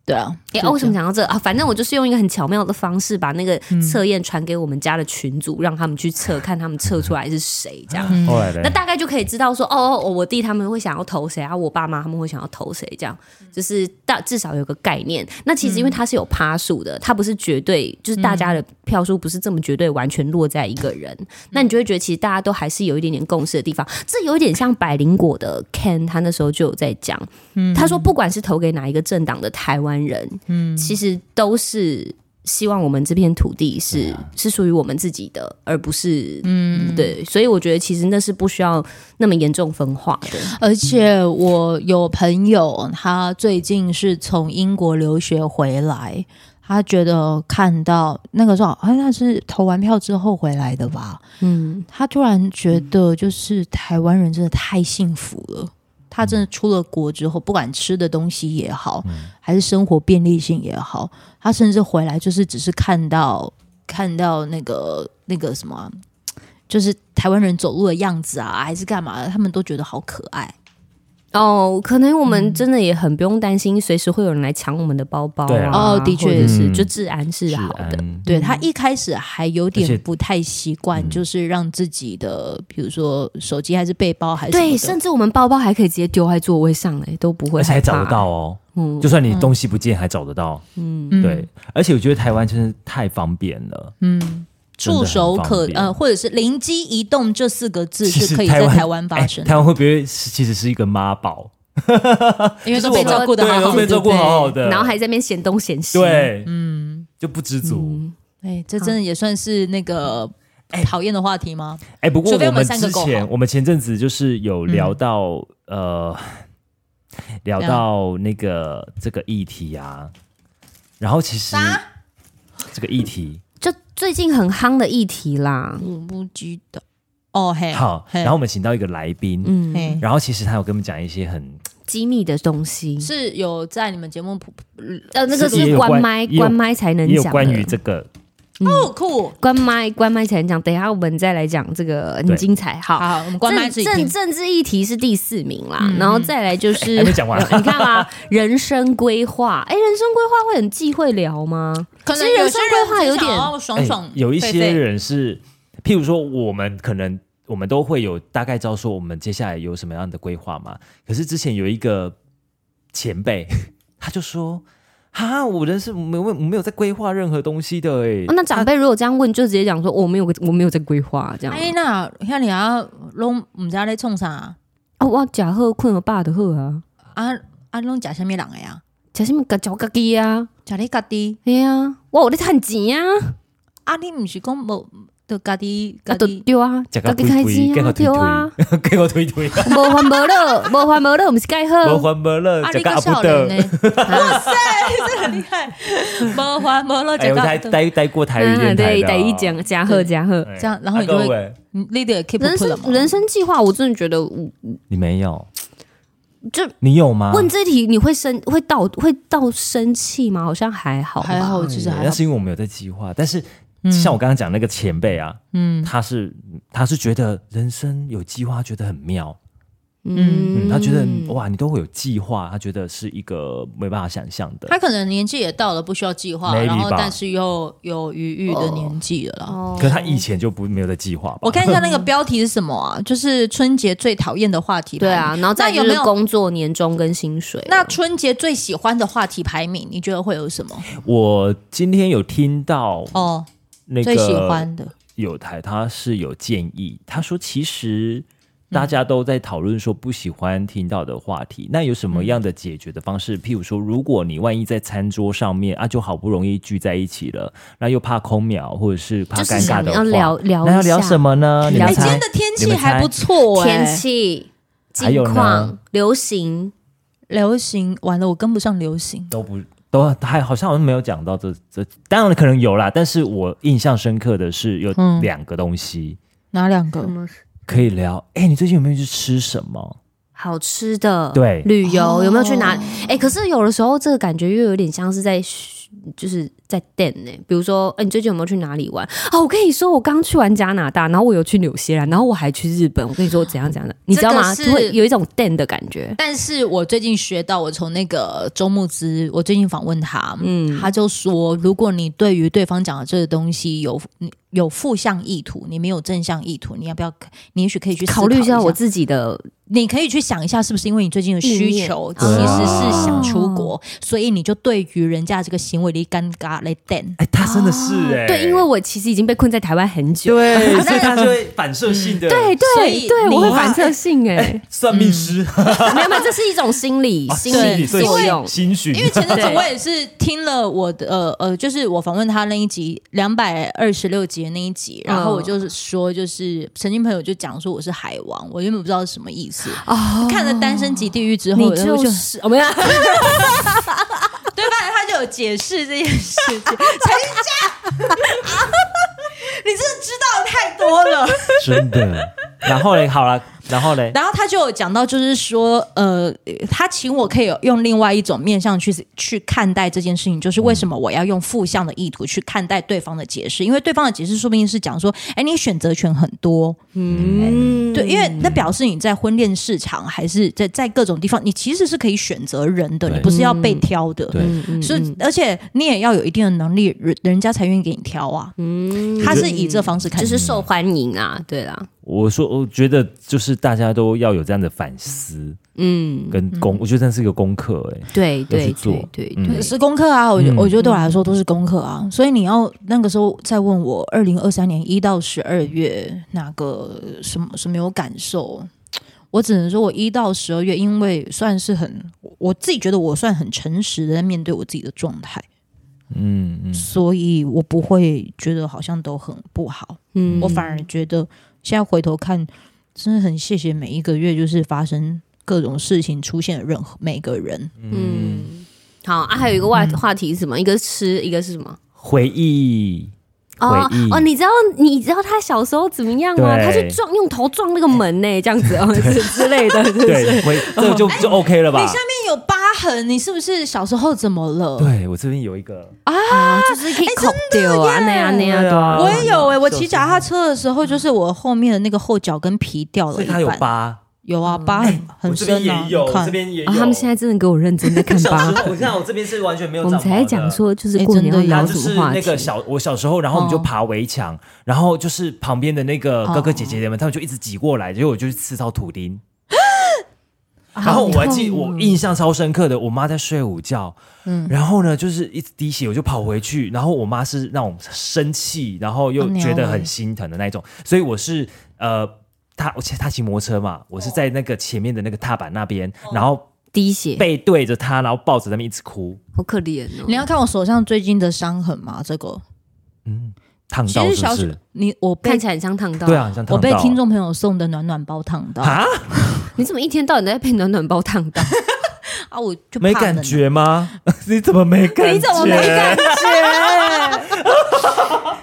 对嗯啊。
哎、
就
为什么
这样？
讲到这啊？反正我就是用一个很巧妙的方式，把那个测验传给我们家的群组，让他们去测，看他们测出来是谁这样。
嗯
后来嘞
那，大概就可以知道说，哦哦，哦我弟他们会想要投谁啊，我爸妈他们会想要投谁，这样就是大至少有个概念。那其实因为它是有趴数的，它不是绝对，就是大家的票数不是这么绝对完全落在一个人，那你就会觉得其实大家都还是有一点点共识的地方。这有一点像百灵果的 Ken，他那时候就有在讲，他说不管是投给哪一个政党的台湾人，嗯，其实都是。希望我们这片土地是、是属于我们自己的，而不是嗯对，所以我觉得其实那是不需要那么严重分化的。
而且我有朋友，他最近是从英国留学回来，他觉得看到那个时候，好像是投完票之后回来的吧，
嗯，
他突然觉得，就是台湾人真的太幸福了。他真的出了国之后，不管吃的东西也好，还是生活便利性也好，他甚至回来就是只是看到看到那个那个什么啊，就是台湾人走路的样子啊，还是干嘛的，他们都觉得好可爱。
哦，可能我们真的也很不用担心，随时会有人来抢我们的包包、
对
啊。
啊
哦的确
或者是
嗯
就治安是
治
啊
好的。
安
对他一开始还有
嗯而且
点不太习惯，
嗯
就是让自己的，比如说手机还是背包还是
对，
什么
甚至我们包包还可以直接丢在座位上、哎，都不会
而且还
害怕
啊
找得到。哦，
嗯
就算你东西不见还找得到，
嗯，
的
对，。而且我觉得台湾真是太方便了，
嗯，
真
触
的很
手可
方便
呃，或者是灵机一动这四个字
其实
是可以在台湾发生
哎
的，
台湾会不会是其实是一个妈宝？
因为
哎就是
都
我
被
们
照顾的
对
好
都
好
被
的。
照顾好好的，
然后还在那边嫌东嫌西。，
对，
嗯，
就不知足。
嗯，
哎，这真的也算是那个
哎
讨厌的话题吗？
哎，不过
除非
我
我们
们
三个
之
够
前
好嗯
我们前阵子就是有聊到呃，聊
怎样
到那个这个议题啊，然后其实这个议题
就最近很夯的议题啦。
我不记得。哦嘿，
好，
嘿
然后我们请到一个来宾，
嗯，
嘿
然后其实他有跟我们讲一些很
机密的东西，
是有在你们节目普
呃，那个
也
是
有
关
关
麦
也有
关麦才能
也有
讲的，
关于这个
哦酷，
关麦关麦才能讲，等一下我们再来讲这个很
对
精彩，好。
好，我们关麦自
政
己听。
政政治议题是第四名啦，
嗯
然后
[LAUGHS]
再来就是
还没讲完
你看啊， [LAUGHS] 人生规划，哎、人生规划会很忌讳聊吗？
可能
其实
有
人
些
生
人
规划有点
只想要爽爽
哎，有一些
废废
人是，譬如说我们可能我们都会有大概知道说我们接下来有什么样的规划嘛。可是之前有一个前辈， [LAUGHS] 他就说。哈，我人是没有我没有在规划任何东西的哎、
哦那长辈如果这样问，就直接讲说、哦我没有我没有在规划这样。
哎，那遐你啊，拢毋知咧创啥啊？
啊，我假贺困我爸的贺啊，
啊啊，拢食啥物人诶啊？
假什么个脚个鸡啊？
食你家己
哎呀，哇，我在趁钱啊，
啊？你毋是讲无着家己
啊
家
对
己
对啊，
吃
自
到
己开
肥
支
肥
啊，对啊，
给我推 [LAUGHS] 推，给我推
[LAUGHS]
推，
无还无乐，无还无乐，不是盖
我
贺，
还不了，
啊，
这
你
个
个
阿
少
不
年
得。
呢？[LAUGHS]
[LAUGHS]
哇塞，这很厉害， [LAUGHS] 无还无了，
哎，
这
我待
个
待待过台
[LAUGHS]
语电台
嗯
嗯
对，
的啊，
得一讲加贺加贺。
哎
这样然后你
啊
就会
各位
你得 keep
人
up 了
生
嘛。
人生计划，我真的觉得我
你没有，
就
你有吗？
问这题，你会生会到会到生气吗？好像还好，嗯
还。好，其实
对
还
那
好。
是因为我们有在计划，但是像我刚刚讲那个前辈啊，嗯，他是他是觉得人生有计划，觉得很妙，嗯，他觉得哇，你都会有计划，他觉得是一个没办法想象的，
他可能年纪也到了，不需要计划，
Maybe
然后
吧
但是又有余裕的年纪了啦。
哦
可是他以前就不没有在计划吧？
我看一下那个标题是什么啊？就是春节最讨厌的话题。
对啊，，然后再
那有
就是
没有
工作、年终跟薪水啊了。
那春节最喜欢的话题排名，你觉得会有什么？
我今天有听到
哦，
那
最喜
个
欢的
有台，他是有建议，他说其实。
嗯
大家都在讨论说不喜欢听到的话题，那有什
嗯
么样的解决的方式？譬如说，如果你万一在餐桌上面啊，就好不容易聚在一起了，那又怕空秒或者是怕
就是
尴尬
想
的
要
话，
聊聊
那要
一下
聊什么呢？你
聊
哎，
们
今
猜？
天的天
你
气
们猜
还不错哎、
天气、
还有
近
呢
况、流行，
流行完了，我跟不上流行。
都不都还好像好像没有讲到这这，当然可能有啦，但是我印象深刻的是有
嗯
两个东西、
哪两
嗯
个？
可以聊。哎、你最近有没有去吃什么？
好吃的，
对
旅游
哦
有没有去哪？哎、可是有的时候这个感觉又有点像是在嘘就是在电呢、比如说，哎、你最近有没有去哪里玩？哦，我跟你说，我刚去完加拿大，然后我有去纽西兰，然后我还去日本。我跟你说，我怎样怎样的，你知道吗？
这
就
个是
会有一种电的感觉。
但是我最近学到，我从那个周牧之，我最近访问他，
嗯
他就说，如果你对于对方讲的这个东西有你有负向意图，你没有正向意图，你要不要？你也许可以去思
考虑
一
一下我自己的，
你可以去想一下，是不是因为你最近的需求其
意
实
念
是想出
哦
国，所以你就对于人家这个行为的尴尬来等。
哎、他真的是哎、
哦对，因为我其实已经被困在台湾很久， [LAUGHS]
对，所以他就会反射性的
嗯对
所
对
以
对，
你
我会
哇
反
[LAUGHS]
射性哎、
算命师、
没有没有，这是一种心理、
啊
嗯哦心
对
理
所
对
以
作用，
心虚，
因为
[LAUGHS]
前阵子
对
我也是听了我的呃呃，就是我访问他那一集两百二十六集的那一集，然
嗯
后我就是说，就是曾经朋友就讲说我是海王，我原本不知道是什么意思。
哦
看了《单身即地狱》之后，
你
然后我
就哦
就是
我们要
[LAUGHS] 对，反正他就有解释这件事
[LAUGHS]
情。陈 [LAUGHS] 家，你真的知道太多了。
真的。然后
[LAUGHS]
嘞，好了，然后嘞，
然后他就有讲到，就是说，呃，他请我可以有用另外一种面向去去看待这件事情，就是为什么我要用负向的意图去看待对方的解释，因为对方的解释说不定是讲说，哎，你选择权很多，
嗯，
对，因为那表示你在婚恋市场还是在在各种地方，你其实是可以选择人的，
对
你不是要被挑的，
对
所以而且你也要有一定的能力，人人家才愿意给你挑啊，他是以这方式看，
[LAUGHS] 就是受欢迎啊，对啦，
我说，我觉得就是大家都要有这样的反思
嗯，
跟功，我觉得这是一个功课哎、
对
要
对
去做
对对
嗯
对，
是功课啊，我觉、我觉得对我来说都是功课啊，所以你要那个时候再问我，二零二三年一到十二月哪个什么什么有感受，我只能说我一到十二月，因为算是很我自己觉得我算很诚实的在面对我自己的状态，
嗯嗯，
所以我不会觉得好像都很不好，
嗯
我反而觉得现在回头看，真的很谢谢每一个月就是发生各种事情出现的任何每个人，
[LAUGHS] 嗯，好啊，还有一个话话题是什么？一个是吃，一个是什么？
回忆
哦
回忆
哦，你知道你知道他小时候怎么样吗？
对
他去撞用头撞那个门呢、这样子哦 [LAUGHS] 之之类的，是不
[LAUGHS]
是？
对，回这个就
哎
就 OK 了吧
你？下面有疤痕，你是不是小时候怎么了？
对我这边有一个，
啊，就是
哎
可以扣丢啊，那样那样
对啊
我也有哎、我骑
就是
脚踏车的时候，嗯就是我后面的那个后脚跟皮
哦
掉了
所
一
以它有
半，
疤，
有啊，疤很
[LAUGHS] 我
很
这
深
边
啊
也，有，
你
我
看
这边也有。
啊，他们现在真的给我认真在看
哎小
吧
时。候，我看我这边是完全没有
我
长
们
毛的。
才在讲说，就是过年要
哎真的
他
聊
就
什
是
么话
那
题
个。小，我小时候，然后我
哦
们就爬围墙，然后就是旁边的那个哥哥姐姐们，他们就一直挤过来，结果我就刺到土钉。然后我还记，
好痛哦
我印象超深刻的，我妈在睡午觉，
嗯
然后呢就是一直滴血，我就跑回去，然后我妈是那种生气，然后又
哦
觉得
娘欸
很心疼的那一种，所以我是呃，她我骑她骑摩托车嘛，
哦
我是在那个前面的那个踏板那边，然后
滴血，
背对着她，然后抱着他们一直哭，
好可怜
你
哦。
要看我手上最近的伤痕吗？这个
嗯，烫
其
到
实
是不
小
是？
你我
看
被
起来很像烫到。
对，啊，很像烫到
我被
啊
听众朋友送的暖暖包烫到
啊，
你怎么一天到晚都在被暖暖包烫
[LAUGHS]
到？
啊，我就
没
怕
感
冷
觉
啊
吗？ [LAUGHS] 你怎么没感觉？
你怎么没
[LAUGHS]
感觉？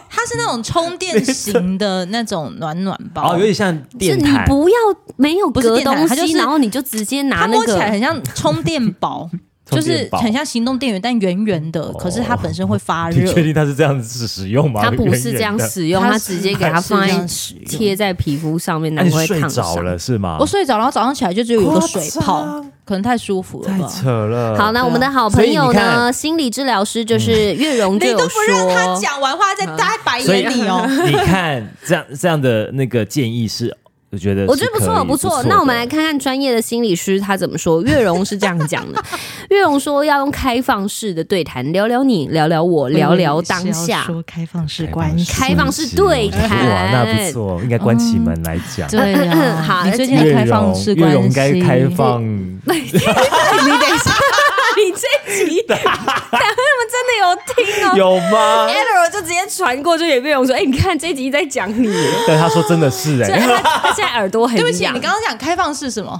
它是那种充电型的那种暖暖包，
哦，有点像
是
电
你
台，
不要没有
不是
隔
电台
东
它就
西，
是
然后你就直接拿
它
那
摸起
个
来很像充电 [LAUGHS] 宝，哦
充
就是
电宝
很像行动电源，但圆圆的，可是它本身会发
你
热。
确定它是这样子使用吗？
它不是这样
圆圆的。
使用，它直接给它放
是这
在
样使用
贴在皮肤上面，
那
难
哎你
怪会
睡
烫
着
伤。
了是吗？
我睡着，然后早上起来就只有一个水泡
夸张，
可能太舒服了
太
吧。
扯了。
好，
啊
那我们的好朋友
所以你看嗯
呢？心理治疗师就是月荣就
你
有
都不让他嗯
说，
讲完话，再大白
所以
眼你 [LAUGHS] 哦。
你看这样这样的那个建议是，我觉得
我觉得
是
不
可以
错，
不
错。
的
那我们来看看专业的心理师他怎么说。月荣是这样讲
[LAUGHS]
的，月荣说要用开放式的对谈，聊聊你，聊聊我，聊聊当下。
嗯说开放式
关系
开放式对谈嗯
哇，那不错，应该关起门来讲。
对 [LAUGHS] 啊，
好
你最近的
月
开放
荣
式
月
关
荣
系
应该开
[LAUGHS]
[LAUGHS]
放，
你等一下， [LAUGHS] 你这
[LAUGHS]
集， [LAUGHS] 他们真的有听哦。
有吗？
Error 就直接传过去给月荣说：“哎、你看这集在讲
[LAUGHS]
你。”
但他说真的是
对，
哎，
他他现在耳朵很
对不起，
痒
你刚刚讲开放式什么？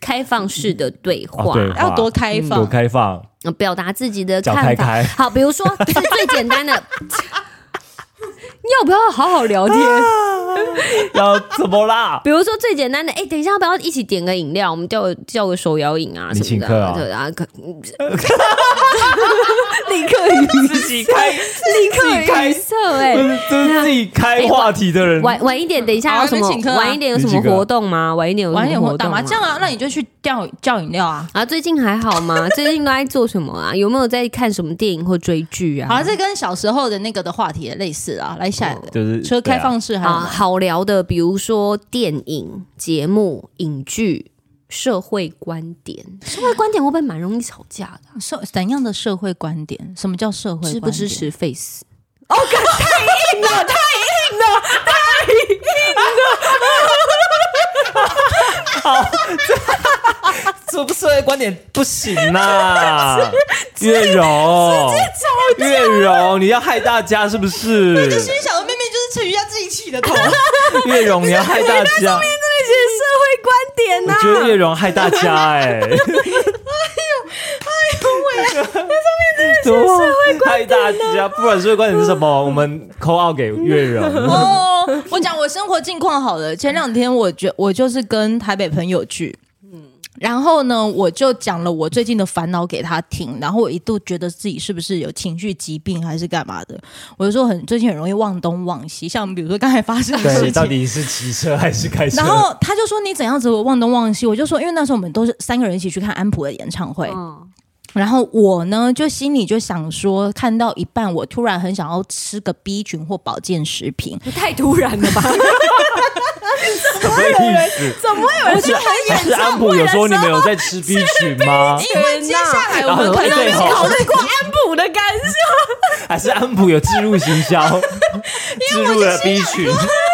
开放式的对话，
哦对
要多开
多
放？
开放，
呃表达自己的
脚
看
开
法。
开
好，比如说是最简单的， [LAUGHS] 要不要好好聊
[LAUGHS]
天？
要怎么啦？
比如说最简单的，哎、等一下要不要一起点个饮料？我们叫叫个手摇饮啊
你
什么
请客
的、
啊
对啊，
[LAUGHS]
可立刻语
自己开，
立
[LAUGHS]
刻
开哎
语塞哎、
真是自己开话题的人，
晚晚一点，等一下有
好
什么
还没请客？啊
晚一点有什
你
么
请客啊
活动吗？晚一点有什
晚一
么
点
活
会
动
打
吗
麻将啊，那你就去叫叫饮料啊。
啊，最近还好 [LAUGHS] 吗？最近都在做什么啊？有没有在看什么电影或追剧啊？
好了，这跟小时候的那个的话题也类似啊。来下一个，
就是
除了开放式还有
啊，
吗
好聊的，比如说电影、节目、影剧、社会观点。社会观点会不会蛮容易吵架的啊、
社怎样的社会观点？什么叫社会观点？
支不支持 Face？
这不社会观点不行呐、 [LAUGHS] 月荣，月荣，你要害大家是不是？
小的妹妹就是陈瑜要自己起 [LAUGHS] 的头，
月荣，你要害大家，
这些社会观点啊
我觉得月荣害大家哎、哎呦，哎呦喂，那上面真的是社会观点、害大家，不然社会观点是什 [LAUGHS] 么？我们扣二给月荣，
哦，我讲我生活近况好了。前两天我觉我就是跟台北朋友聚，然后呢，我就讲了我最近的烦恼给他听，然后我一度觉得自己是不是有情绪疾病还是干嘛的，我就说很最近很容易忘东忘西，像比如说刚才发生的事
对，
情，
到底是骑车还是开车？
然后他就说你怎样子我忘东忘西，我就说因为那时候我们都是三个人一起去看安普的演唱会，
嗯，
然后我呢就心里就想说，看到一半我突然很想要吃个 B 群或保健食品，
也 [LAUGHS] 太突然了吧？
什么意思？
怎么会有人去看 [LAUGHS]
还是安普有说你们有在吃 B 群吗？
因为接下来我
然后
们可
哎
能
[LAUGHS] 对
会考
哦
虑过安
补的感受，
还是安普有置入行
[LAUGHS]
销，置入了 B 群，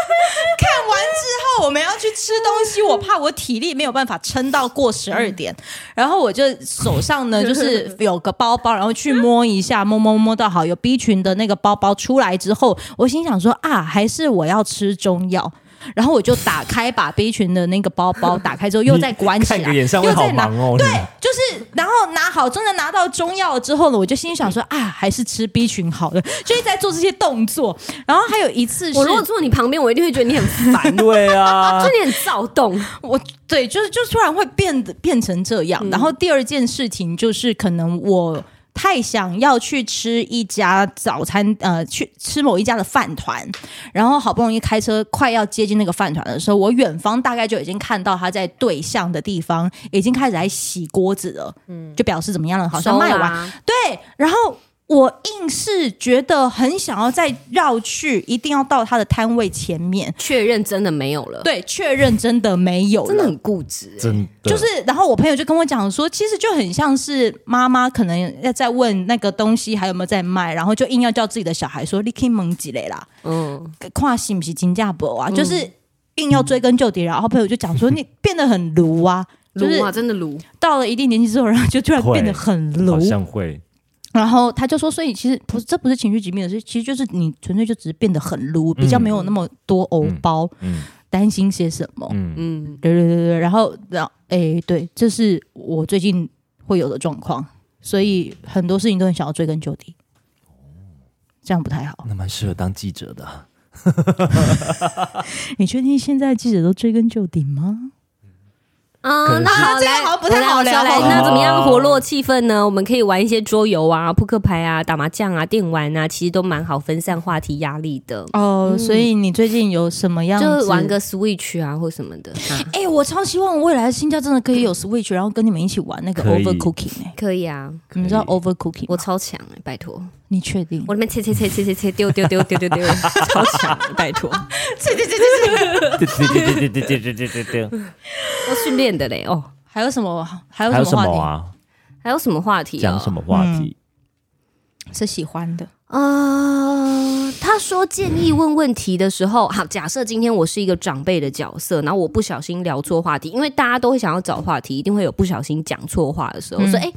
看完之后我们要去吃东西，我怕我体力没有办法撑到过十二点，然后我就手上呢就是有个包包，然后去摸一下，摸摸摸到好有 B 群的那个包包出来之后，我心想说啊，还是我要吃中药。然后我就打开把 B 群的那个包包打开之后，又再关起
看
来，
个演唱会
又
好
再拿
忙哦。
对
你们，，
就是然后拿好，真的拿到中药之后呢，我就心里想说啊，还是吃 B 群好了，就一直在做这些动作。然后还有一次是，
我如果坐你旁边，我一定会觉得你很 [LAUGHS] 烦
对
[LAUGHS]
啊
就，你很躁动。
我对，就是就突然会变得变成这
嗯
样。然后第二件事情就是，可能我太想要去吃一家早餐，呃，去吃某一家的饭团，然后好不容易开车快要接近那个饭团的时候，我远方大概就已经看到他在对向的地方已经开始在洗锅子了，嗯，就表示怎么样了，好像
收
卖完
啦，
对，然后我硬是觉得很想要再绕去，一定要到他的摊位前面，
确认真的没有了，，
对，确认真的没有了，
真的很固执、欸。
真的
就是，然后我朋友就跟我讲说，其实就很像是妈妈可能要在问那个东西还有没有在卖，然后就硬要叫自己的小孩说你可以蒙几类啦，
嗯，
看是不是金价博啊，就是硬要追根究底。然后朋友就讲说你变得很鲁啊，就
撸
是
啊，真的撸，
到了一定年纪之后，然后就突然
会
变得很鲁
好。像会
然后他就说，所以其实不是，这不是情绪疾病的事，其实就是你纯粹就只是变得很鲁，比较没有那么多偶包，
嗯
担心些什么。
嗯，
嗯，
对对对对，然后然后诶，对，这是我最近会有的状况，所以很多事情都很想要追根究底，这样不太好。
那蛮适合当记者的。啊
你确定现在记者都追根究底吗？
可
啊，
是
那好，
啊这个
来
好像不太
我来
好
我
聊
来
哦
那怎么样活络气氛呢？我们可以玩一些桌游啊、扑克牌啊、打麻将啊、电玩啊，其实都蛮好分散话题压力的。
哦、所以你最近有什么样
就玩个 Switch 啊，或什么的，啊
哎、我超希望未来新家真的可以有 Switch，然后跟你们一起玩那个
可以
Overcooking 哎、
可以啊。
你们知道 Overcooking？
我
我
超强哎、拜托！
你确定？
我那边切切切切切切丢丢丢丢丢丢，哦超强、拜托！我
[LAUGHS] 对对对对对对对对对对，
训练的嘞哦。
[LAUGHS] 还有什么？还有
还有什
什么话
么
题、
啊？
还有什么话题、哦？
讲什么话题？
是喜欢的？
呃，他说建议问问题的时候，好，假设今天我是一个长辈的角色，然后我不小心聊错话题，因为大家都会想要找话题，一定会有不小心讲错话的时候，
嗯
说哎。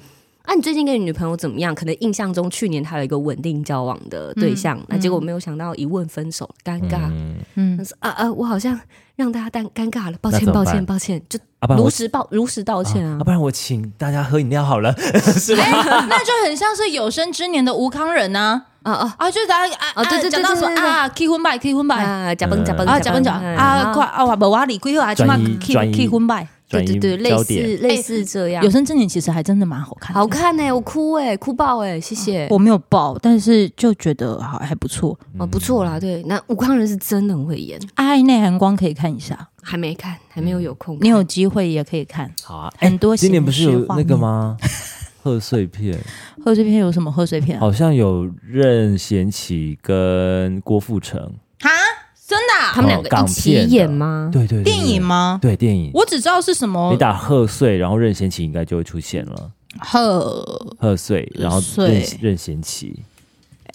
啊，你最近跟你女朋友怎么样？可能印象中去年她有一个稳定交往的对象，那结果没有想到一问分手，尴尬。
嗯，
嗯 [LAUGHS]
但，是啊啊，我好像让大家尴尴尬了，抱
那
歉，
怎么
抱
办
歉，抱歉，就
啊，不然
如
我
实抱如实道歉啊
啊，。不然我请大家喝饮料好了，是吧？
啊那就很像是有生之年的吴康仁呐、
啊啊
啊，就是大家啊
哦对
啊
对对
讲到
对
说
对对
啊，结婚吧，结婚吧，
啊！假崩假崩嗯
啊，假婚假
崩
啊，快啊，我我离婚啊，起码
转移
结
转移
结婚吧。
转
对对
移
对，类
焦
似
点，
类似这样
有。生之年其实还真的蛮好看的，
啊好看呢、我哭哎、哭爆哎、谢谢。
哦
我没有爆，但是就觉得好还不错。
哦，不
嗯
错啦，对，那武康人是真的很会演，
爱内涵光可以看一下，
还没
嗯
看，还没有有空看。
你有机会也可以看。
好啊，
很多
今年不是
形式
有
画
那个
面？
吗？贺岁片
贺岁片有什么贺岁片啊？
好像有任贤齐跟郭富城，
哈，真的啊
他们两
哦
个一
港
起
片的
演吗？
对对对对
电影吗？
对电影，
我只知道是什么
你打贺岁，然后任贤齐应该就会出现了。
贺。
贺岁，然后
岁
任任贤 [LAUGHS] 齐，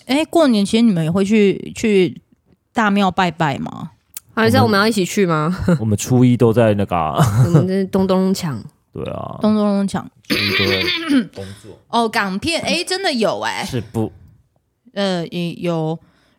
哎，过年其实你们也会去去大庙拜拜吗？
好像我们要一起
[LAUGHS]
去吗？
我们初一都在那个啊， [LAUGHS]
我们这东东抢，
对啊，
咚咚咚锵！
初一都在工作，
哦，港片哎，真的有哎，
是不？
呃，也有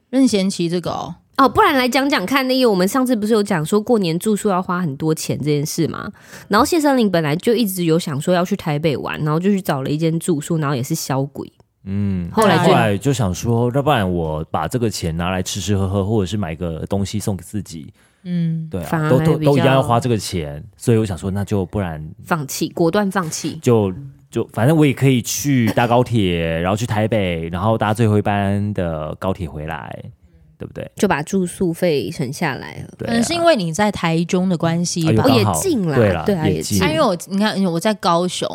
任贤齐这个哦，
哦，不然来讲讲看那个，我们上次不是有讲说过年住宿要花很多钱这件事吗？然后谢森林本来就一直有想说要去台北玩，然后就去找了一间住宿，然后也是小鬼，
嗯，
后来
后
就
来就想说，要不然我把这个钱拿来吃吃喝喝，或者是买个东西送给自己，
嗯，
对啊，
反
都
而
都
比
都一样
较
要花这个钱，所以我想说，那就不然
放弃，果断放弃。
就就反正我也可以去搭高铁，然后去台北，然后搭最后一班的高铁回来，对不对？
就把住宿费省下来了，
对、
可
啊，
能是因为你在台中的关系吧
哎。呦
哦，也
刚好
近啦，
对啦
对啊，
也
也
近
近
啊，因为我你看我在高雄，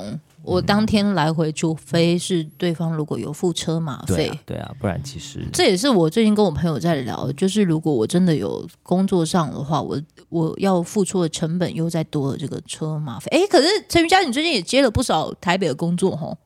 我当天来回，除非是对方如果有付车马
对
费。
啊对啊，不然其实
这也是我最近跟我朋友在聊，就是如果我真的有工作上的话，我我要付出的成本又再多了这个车马费。哎，可是陈瑜佳，你最近也接了不少台北的工作吼，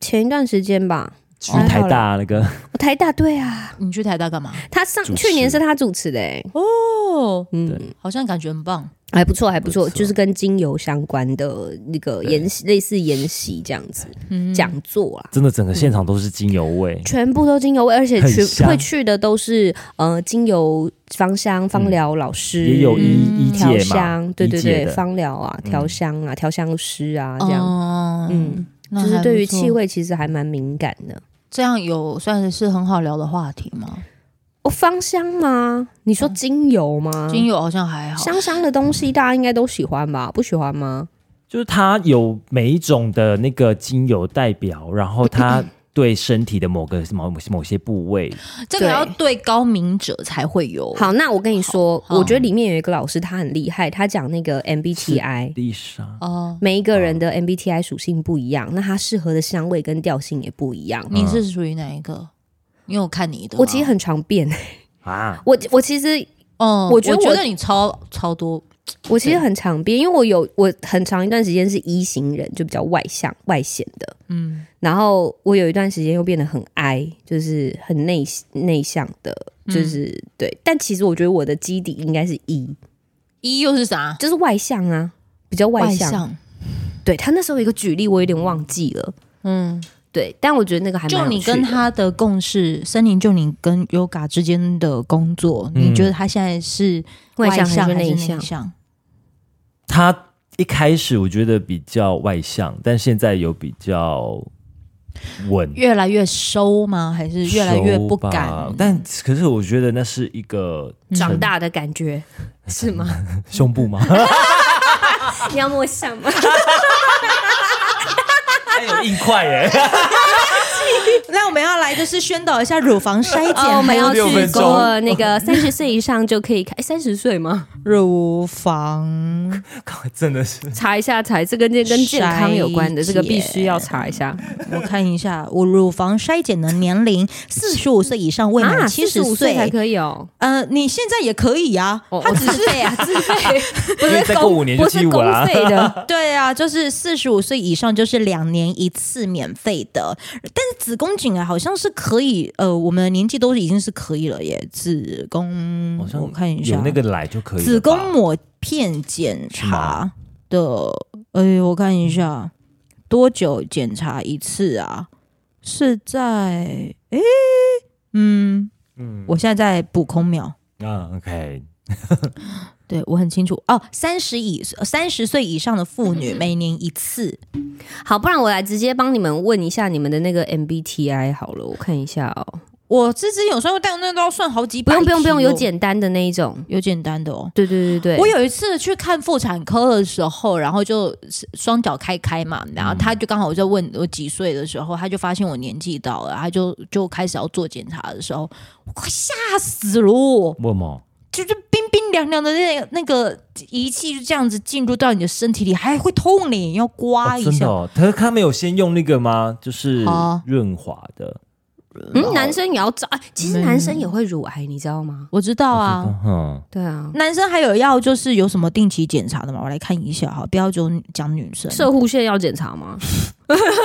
前一段时间吧，
去台大那个，
我台大对啊，
你去台大干嘛？
他上
主持
去年是他主持的、欸，
哦，
嗯，
好像感觉很棒。
还不错，还不错，
不错
就是跟精油相关的那个
对
研习，类似研习这样子
嗯，
讲啊座啦。
真的整个现场都是精油味，
全部都精油味，而且
很
去
香
会去的都是呃精油芳香芳疗老师，
也有医
嗯
医
调
界嘛
香，，对对
医界
对，
的
芳疗啊，调香啊，调香师啊，这样，
哦，
嗯，
那
就是
还
对于
不错
气，味其实还蛮敏感的。
这样有算是很好聊的话题吗？
哦，芳香吗？你说精油吗？
嗯精油好像还好，
香香的东西大家应该都喜欢吧？不喜欢吗？
就是它有每一种的那个精油代表，然后
[LAUGHS]
它对身体的某个某某些部位，
这个
对
要对高明者才会有。
好，嗯那我跟你说，
好好
我觉得里面有一个老师他很厉害，他讲那个 MBTI。
地上
哦，
每一个人的 MBTI 属性不一样，那它适合的香味跟调性也不一样。
你是属于哪一个？因为我看你的嘛，
嗯我其实很常变，
啊，
我我其实
哦，
我觉得我
觉得你超超多，
我其实很常变，因为我有我很长一段时间是一型人，就比较外向外显的。
嗯，
然后我有一段时间又变得很 I，就是很内内向的，就是、对。但其实我觉得我的基底应该是 E，
一又是啥？
就是外向啊，比较外向。
向，
对他那时候有一个举例，我有点忘记了。
嗯，
对，但我觉得那个还蛮
就
有
你
趣的
跟他的共事，森林就你跟 Yoga 之间的工作，你
嗯
觉得他现在是
外向
向
还是
还
内
内
向？
向？
它一开始我觉得比较外向，但现在有比较稳，
越来越收吗？还是越来越不
收吧
敢？
但可是我觉得那是一个
长大的感 [LAUGHS] 觉是吗？ [LAUGHS]
胸部吗？
你要摸像吗？
还有硬块耶，
[LAUGHS] 那我们要来就是宣导一下乳房筛检，
[LAUGHS] 哦，我们
还有
要去
六分钟
过那 [LAUGHS] 个三十岁以上就可以开，哎三十岁吗？
乳房
[LAUGHS] 真的是
查一下，查一下这个跟跟健康有关的，
筛
这个必须要查一下。
我看一下，我乳房筛检的年
[LAUGHS]
龄四十五岁以上，未
啊
满七十
45岁才可以哦。
呃，你现在也可以啊，
哦
他
我
只
自
是。
费啊， [LAUGHS] 自费不
因为
是
再
公
过五年就
不是
75
公
了啊
费的 [LAUGHS]
对啊，就是四十五岁以上就是两年一次免费的，但是子宫颈癌啊好像是可以，呃，我们的年纪都已经是可以了耶。子宫，
好像
我看一下
有那个来就可以了吧
子宫抹片检查的，哎呦，我看一下多久检查一次啊？是在哎，嗯，
嗯
我现在在补空秒。
啊，OK，
对我很清楚哦，三十以三十岁以上的妇女每年一次，
好，不然我来直接帮你们问一下你们的那个 MBTI 好了，我看一下哦。
我之前有时候但那都要算好几
不
百题哦、
用不用不用，有简单的那一种。
有简单的哦。
对对对对，
我有一次去看妇产科的时候，然后就双脚开开嘛，然
嗯
后他就刚好我在问我几岁的时候，他就发现我年纪到了，他就就开始要做检查的时候，我快吓死了我，
问哦吗？
就是冰冰凉凉的那个那个仪器就这样子进入到你的身体里，还会痛呢，要刮
哦
一
真的
下。
哦，他他没有先用那个吗？就是
哦
润滑的，
嗯，男生也要照，哎其实男生也会乳癌，你知道吗？
我知道啊，
嗯，
对啊，
男生还有要就是有什么定期检查的吗？我来看一下哈，不要只有讲女生。
射护线要检查 [LAUGHS] 吗？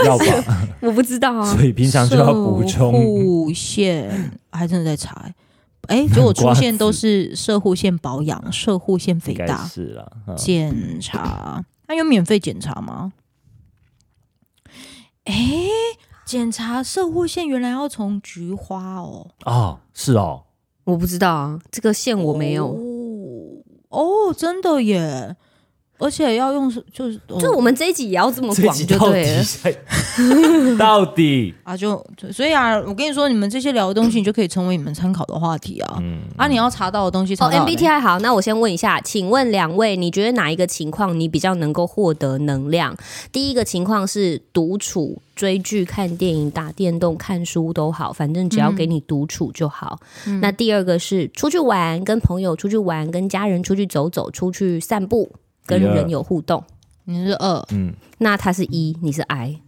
要
[LAUGHS]
吧，
我不知道啊
所。以平常就要补
射
充。
护线，还真的在查、欸。
[LAUGHS]
哎、结果出现都是射护线保养、射护线肥
应该
大
是啦，嗯
检查，那有免费检查吗？哎、检查射护线原来要从菊花哦，
哦，是哦，
[LAUGHS] 我不知道啊，这个线我没有。
哦，真的耶，而且要用是就是哦
就我们这一集也要这 [LAUGHS] 么
这
广
集
就
到
对
底
了。哦
在到底，
啊，就就所以啊，我跟你说，你们这些聊的东西，你就可以成为你们参考的话题啊。
嗯，
啊，你要查到的东西
哦
查到了没，
，MBTI 好，那我先问一下，请问两位，你觉得哪一个情况你比较能够获得能量？第一个情况是独处、追剧、看电影、打电动、看书都好，反正只要给你独处就好。那第二个是出去玩，跟朋友出去玩，跟家人出去走走，出去散步，
[LAUGHS]
[LAUGHS] 跟
第二
人有互动。
你是二，
嗯，
那他是一，你是 I。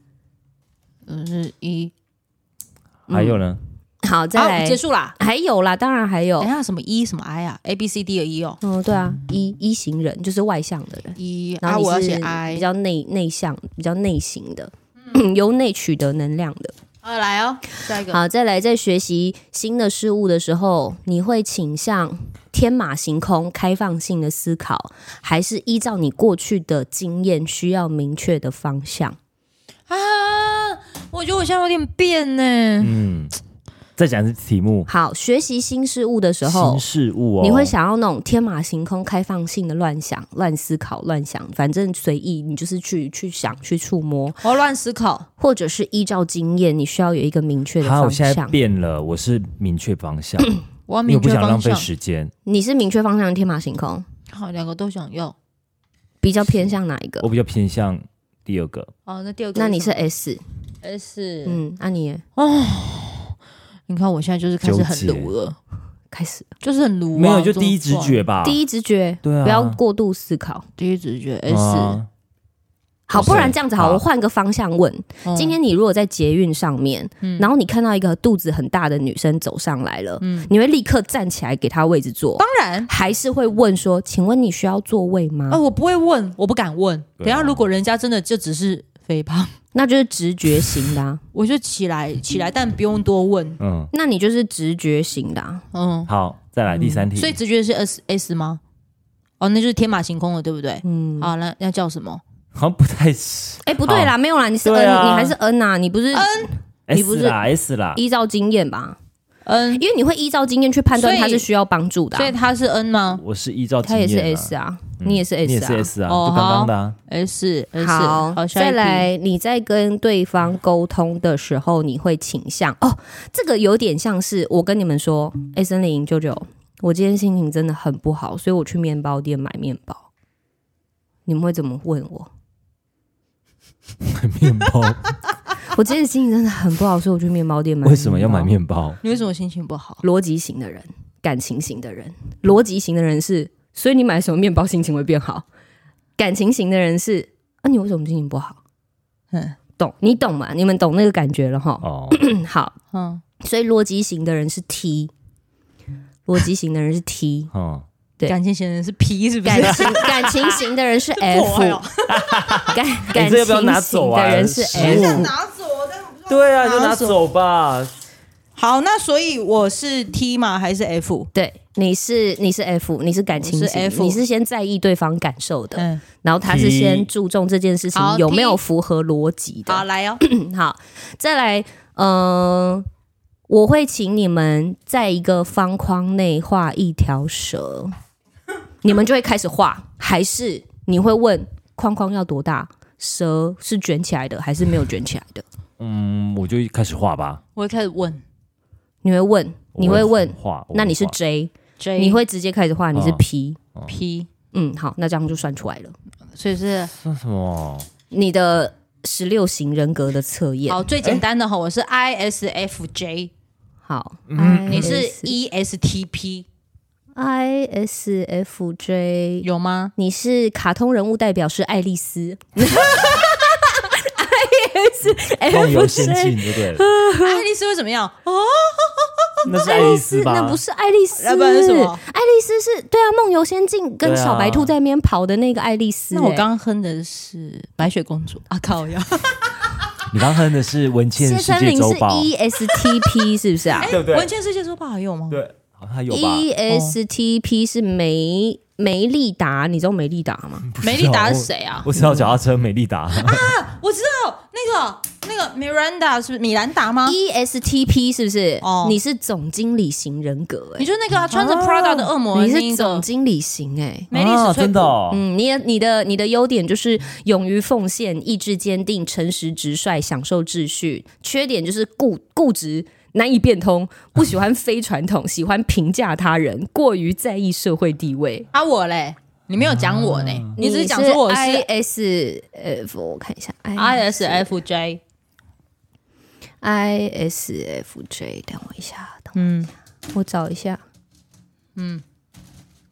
嗯是一，
嗯
嗯还有呢？
好，再
好，
来，
结束哎啦。
还有啦，当然还有
等一。下什么一什么 I 啊，A B C D 的一哦，
嗯，对啊，一一型人就是外向的人。
一
然
啊，
后
我要
你
写
是
I，嗯
[CLEARS THROAT] 比较内内向、比较内型的，由内取得能量的。
啊呃，来哦，下一个。
好，再来，在学习新的事物的时候，你会倾向天马行空、开放性的思考，还是依照你过去的经验需要明确的方向？
啊，我觉得我现在有点变呢、
嗯，再讲一次题目，
好，学习新事物的时候
新，事物哦，
你会想要那种天马行空、开放性的乱想、乱思考、乱想，反正随意，你就是去去想、去触摸，
我要乱思考。
或者是依照经验，你需要有一个明确的
好，我
方
现在
向。
变了，我是明确方
[CLEARS THROAT]
向，
我要
因为
明
我不
确
想浪
方
费
向。
时间，
你是明确方向的天马行空，
好，两个都想要。
比较偏向哪一个
我？比较偏向第二个，
好，哦那第二个什么，
那你是 S，
S，、哦
嗯，那、你也
你看我现在就是开始很
纠结
卤了，
开始。
就是很卤啊、
没有就
怎么
第一直
办，
觉吧，
第一直觉，
对啊
不要过度思考。
第一直觉 S、
啊
好，
是
不然这样子好，
好
我换个方向问。
嗯
今天你如果在捷运上面，然后你看到一个肚子很大的女生走上来了，你会立刻站起来给她位置坐，
当然。
还是会问说：“请问你需要座位吗
啊，我不会问，我不敢问。
嗯对啊
等一下如果人家真的就只是肥胖，？”
那就是直觉型的、啊，
我就起来起来，但不用多问。
嗯，
那你就是直觉型的、啊。
嗯，
好，再来第三题，
所以直觉是 S S 吗？哦，那就是天马行空了，对不对？
嗯，
好，那那叫什么？
好像不太是
哎、不对啦，没有啦，你是
对
N，、
啊
你还是 N 啊，你不是你不
S
是
啦 S 啦，
依照经验吧？
嗯，
因为你会依照经验去判断
所以
她是需要帮助的、
所以
啊，
他是 N 吗
我是依照
她也是
经验啊
S 啊，
嗯
你也是 S 啊，
你也是 S 啊，
哦
就刚刚的 [LAUGHS] 啊，
？S S
好，
下一
再
题，
来，你在跟对方沟通的时候，你会倾向哦，这个有点像是我跟你们说，哎、森林舅舅，我今天心情真的很不好，所以我去面包店买面包。你们会怎么问我？
面
[LAUGHS]
包
我今天心情真的很不好，所以我去面包店买。
为什么要买？面包？
你为什么心情不好？
逻辑型的人，感情型的人，逻辑型的人是，所以你买什么面包心情会变好？感情型的人是，啊，你为什么心情不好？
嗯
懂，你懂吗？你们懂那个感觉了哈。
哦，
嗯，好，
嗯，
所以逻辑型的人是 T，逻辑型的人是 T，
哦，
对
感情显然是 P 是不
感
[LAUGHS] 是？
情感情型的人是 F，
破坏哦
感
你
感
这个不要拿
情
走
型
啊
的人是
食物
F。
拿走，但我不知道。
对啊，你就拿走吧，
好，那所以我是 T 吗？还是 F？
对，你是你是 F，你是感情
我
型，
是 F
你是先在意对方感受的，
嗯，
然后他是先注重这件事情
好
有没有
T
符合逻辑的。
好，来哦，
嗯好，再来，嗯，我会请你们在一个方框内画一条蛇，你们就会开始画，还是你会问框框要多大？蛇是卷起来的还是没有卷起来的？
嗯，我就开始画吧，
我会开始问
你会问，你
我
会问，
画，我
那你是
画
J，
J，
你会直接开始画，你是
啊
P，、
P，
嗯，好，那这样就算出来了。
所以是
算什
[LAUGHS]
么？
你的十六型人格的测验，
好最简单的哈，我是 ISFJ，
好，
嗯
嗯你是 E ESTP
I S F J
有 [LAUGHS] 吗？
你是卡通人物代表是爱
[LAUGHS]
丽丝，哎
梦游仙境对不对了？
爱丽丝会怎么样？哦，
那是爱丽丝吧？
那不是爱丽丝，
啊那不然是什么
爱丽丝是对啊，梦游仙境跟
对啊
小白兔在那边跑的那个爱丽丝、
那我
欸
刚刚哼的是白雪公主啊，靠呀！
你刚哼的是《文
谢
倩世
森
界
林
周
是
报》，
E S
[LAUGHS]
T P 是不是啊
哎
对不对
文倩世界周报还有吗？
对，好像还有吧？
？E S T P 是梅梅丽达，你知道梅丽达吗？
不知道
美丽达是？谁啊
我？我知道脚踏车美丽
[LAUGHS]
达，
我知道那个那个 Miranda 是不是米兰达吗？
E S T P 是不是？
啊哦
你是总经理型人格、
你
欸，
就那个啊穿着 Prada 的恶魔，
你
那
是
一
总
个
经理型、欸，
梅丽史
啊
翠
真
普
的哦，
嗯，你也你的你的优点就是勇于奉献、意志坚定、诚实直率、享受秩序；缺点就是固固执、难以变通、不喜欢非传统、喜欢评价他人、过于在意社会地位。
啊我嘞，你没有讲我呢，
嗯
你只
是
是讲说我是
I S F，我看一下 I
ISFJ。
I S F J，等我一下，等我一下，我找一下。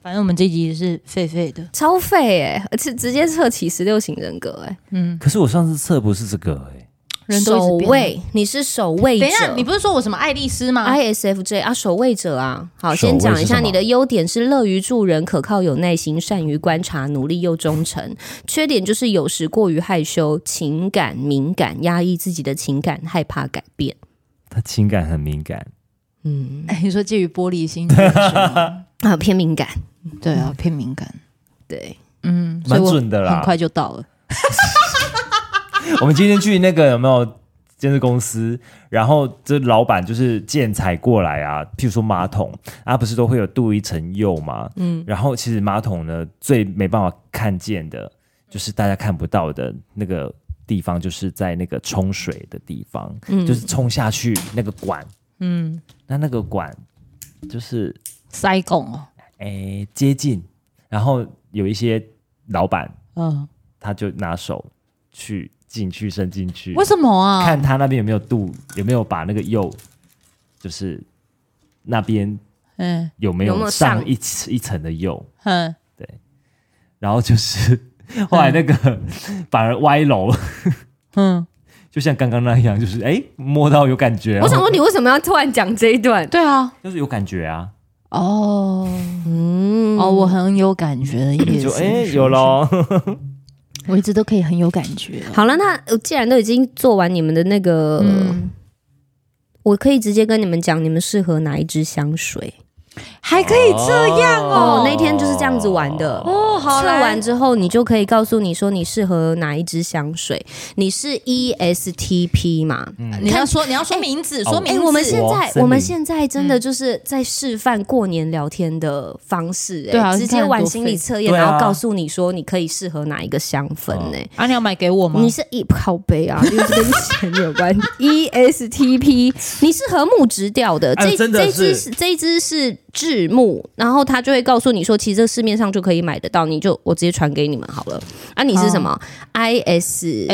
反正我们这集是废废的，
超废哎、而且直接测起十六型人格哎、
可是我上次测不是这个哎，
人都一直
守
变
卫，你是守卫者。
等一下，你不是说我什么爱丽丝吗？
ISFJ 啊，守卫者啊，好，
守卫
先讲一
是什
下
么
你的优点是乐于助人、可靠、有耐心、善于观察、努力又忠诚。缺点就是有时过于害羞、情感敏感、压抑自己的情感、害怕改变。
他情感很敏感，
嗯，
哎，你说介于玻璃
[LAUGHS]
心这件事吗，
啊，偏敏感，
对啊，偏敏感，
对，
嗯，所以
蛮
我
准的啦
很。快就到了。
[LAUGHS] 我们今天去那个有没有监制公司，然后这老板就是建材过来啊，譬如说马桶，啊不是都会有镀一层釉嘛，嗯，然后其实马桶呢最没办法看见的，就是大家看不到的那个地方，就是在那个冲水的地方，就是冲下去那个管，
嗯，
那那个管就是
塞拱哦，
诶接近，然后有一些老板
嗯，
他就拿手去进去伸进去，
为什么啊？
看他那边有没有度，有没有把那个釉，就是那边
嗯
有没
有没有
上
上
一层一层的釉，
哼，
然后就是后来那个、 [LAUGHS] 反而歪楼，
嗯，
就像刚刚那样，就是哎、摸到有感觉、
我想
哦，
说你为什么要突然讲这一段？
对啊，
就是有感觉啊，
哦
嗯，
哦，我很有感觉的意
就
思，
哎、有，喽，
我一直都可以很有感觉。
好了，那呃既然都已经做完你们的那个，
嗯，
我可以直接跟你们讲，你们适合哪一支香水
还可以这样哦。
哦那天就是这样子玩的
哦好
测
来
完之后，你就可以告诉你说你适合哪一支香水。你是 E ESTP 嘛？
你要说你要说名字，说
哦
名
哎、
字，
我们现
嗯哇
在
森林
我们现在真的就是在示范过年聊天的方式、哎，
对啊
直
你
接
看
玩
多
心
费
理测验，
对啊
然后告诉你说你可以适合哪一个香氛、
哦
哎、
啊，你要买给我吗？
你是一靠背啊，因为这跟钱有关。ESTP，你是和木质调的，
哎呦
这
真的
这一支
是
是这一支是制木，然后他就会告诉你说，其实这市面上就可以买得到，你就我直接传给你们好了。啊，你是什么？ISFJ，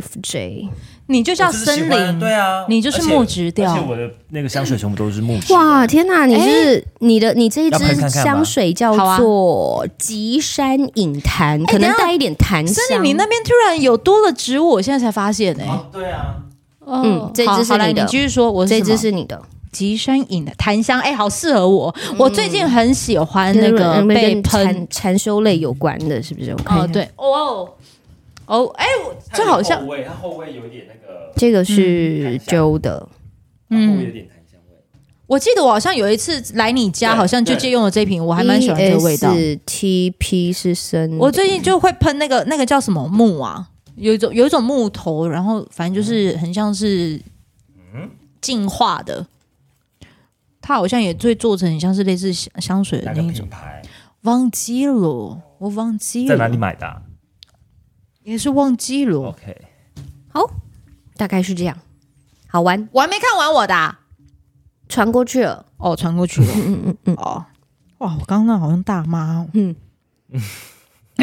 FJ，你就叫森林，
啊
你就是木质调
而且我的那个香水全部都是木质，
哇，天哪！你是你的你这一
要喷看
支
看吗
香哎水叫做极山隐檀，可能
等一下
带一点檀香。
森林，你那边突然有多了植物，我现在才发现哎。
哦，对啊，
嗯
这只是
好来
你的
你继续说，我
这
是什
支
么
是你的，
极山饮的檀香，哎，好适合我。我最近很喜欢那个
跟
被
跟
喷，
禅禅修类有关的，是不是？我看一
哦
下，
对，哦哦，哎，我这好像
味，它后味有一点那个，
这个是揪的，
嗯后味有
点檀香味。
我记得我好像有一次来你家，
对
好像就借用了这瓶，我
我
还蛮喜欢这个味道。
E T P 是生，
我最近就会喷那个那个叫什么木啊，有一种有一种木头，然后反正就是很像是进化的，它好像也最做成很像是类似香香水的
哪
那
个
一种
品，牌？
忘记了，我忘记
在哪里哦
了，
买的啊
也是忘记了，
？OK，
大概是这样。好玩，
我还没看完我的啊、
传过去了。
哦，传过去了，嗯嗯嗯，哦，哇，我刚刚那好像大妈、哦，
嗯
嗯。 [LAUGHS]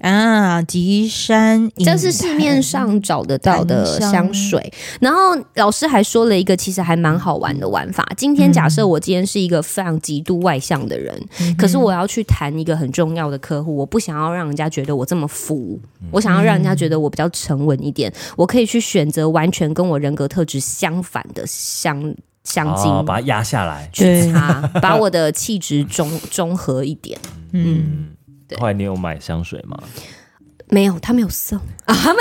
啊，吉山饮
这是市面上找得到的
檀
香
香
水。然后老师还说了一个其实还蛮好玩的玩法。今天假设我今天是一个非常极度外向的人，可是我要去谈一个很重要的客户，我不想要让人家觉得我这么浮，我想要让人家觉得我比较沉稳一点。我可以去选择完全跟我人格特质相反的香香精。
哦把它压下来。
去 [LAUGHS] 擦，把我的气质中中和一点。
嗯，
对
后来你有买香水吗？
没有，他没有送啊，没，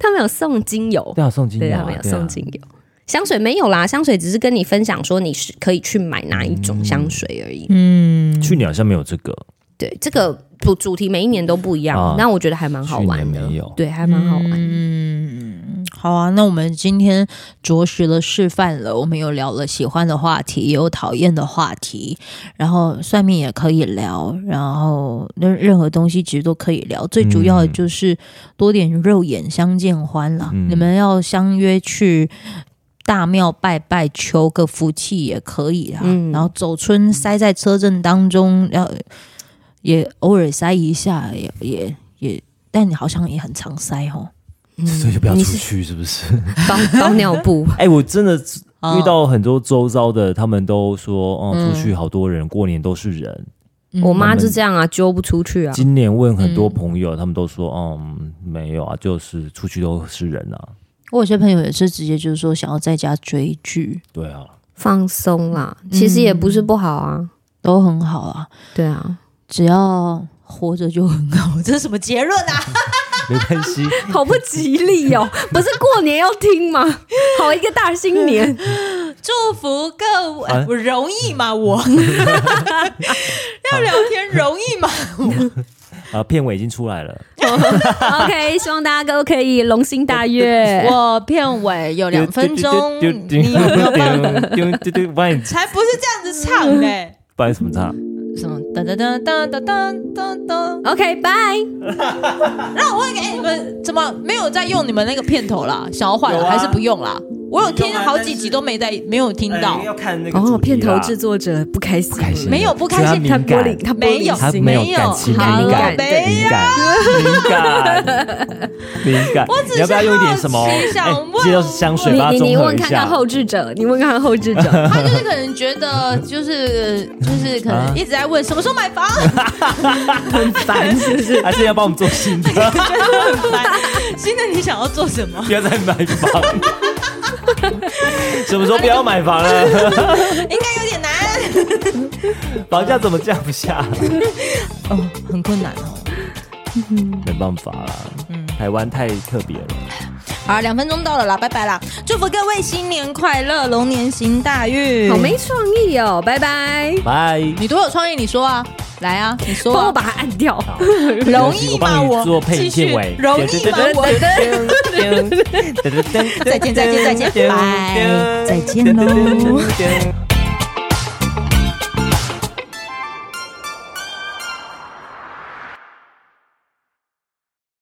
他没有 [LAUGHS] 送精油。
对啊，送精
对
油
他
啊，
没有
对啊
送精油。香水没有啦，香水只是跟你分享说你是可以去买哪一种香水而已。
嗯，
去年好像没有这个，
对，这个主主题每一年都不一样，
啊
那我觉得还蛮好玩
去
的
年没有。
对，还蛮好玩。
嗯，好啊，那我们今天着实了示范了，我们有聊了喜欢的话题，也有讨厌的话题，然后算命也可以聊，然后任任何东西其实都可以聊，最主要的就是多点肉眼相见欢啦。
嗯
你们要相约去。大庙拜拜，求个福气也可以啦。
嗯
然后走村塞在车阵当中，要也偶尔塞一下，也也也，但你好像也很常塞哦。
所以就不要
嗯你
出
是
去，是不是？
[LAUGHS] 包包尿布，
哎，我真的
哦
遇到很多周遭的，他们都说，哦，出去好多人，过年都是人。
我妈就这样啊，揪不出去啊。
今年问很多朋友，他们都说，嗯，没有啊，就是出去都是人啊。
我有些朋友也是直接就是说想要在家追剧，
对啊，
放松啦，其实也不是不好啊。
都很好啊，
对啊，
[LAUGHS] 只要活着就很好。这是什么结论啊？ [LAUGHS]
没关系。
好不吉利哦！ [LAUGHS] 不是过年要听吗？好一个大新 [LAUGHS] 年，
祝福各位、
啊
我容易吗？
[LAUGHS]
我要聊天容易吗？
啊，片尾已经出来了，
OK，希望大家都可以龙心大悦。
[LAUGHS] 我片尾有两分钟，
丢丢
你有没有办法？
丢丢丢，万一
[LAUGHS] 才不是这样子唱嘞、
不然怎么唱？
[LAUGHS] 什么哒哒哒哒哒哒哒哒？
OK，拜。
那我问给你们，怎么没有在用你们那个片头啦？想要换了、
有啊
还是不用啦？我有听
有啊
好几集都没在，没有听到
哎，要看那个主题
哦，片头
啦
制作者不开心，
开心
没有不开心
所以他
他
敏
玻
感
璃，，他玻璃
没有
他
心
没有
没有
感情
好
敏感，
没有
敏感，敏感，敏 [LAUGHS] 感。
我只是
你要不要用一点什么哎
好奇？想问。
接到香水吧，
你你
中
你
和
问
一
看看
下。
后置者，你问看看后置者
[LAUGHS]
他就是可能觉得就是就是可能一直在问什么时候买房，
很烦，是不
[LAUGHS]
是？
还是要帮我们做新 [LAUGHS] 的，
觉得很烦。新的你想要做什么？
不要再买房。 [LAUGHS] 什么时候不要买房了？
应该有点难
房价怎么降不下？
哦，很困难哦。
没办法啦，台湾太特别了。
好啦，两分钟到了啦，拜拜啦！祝福各位新年快乐，龙年行大运。
好没创意哦，拜拜，
拜。 [LAUGHS]
你多有创意，你说啊，来啊，你说、
帮我
啊，
把它按掉。
容易吗？
我帮你
我
做配
继续
片尾
容易吗？我
再 [LAUGHS]
再见再见再见拜再见喽。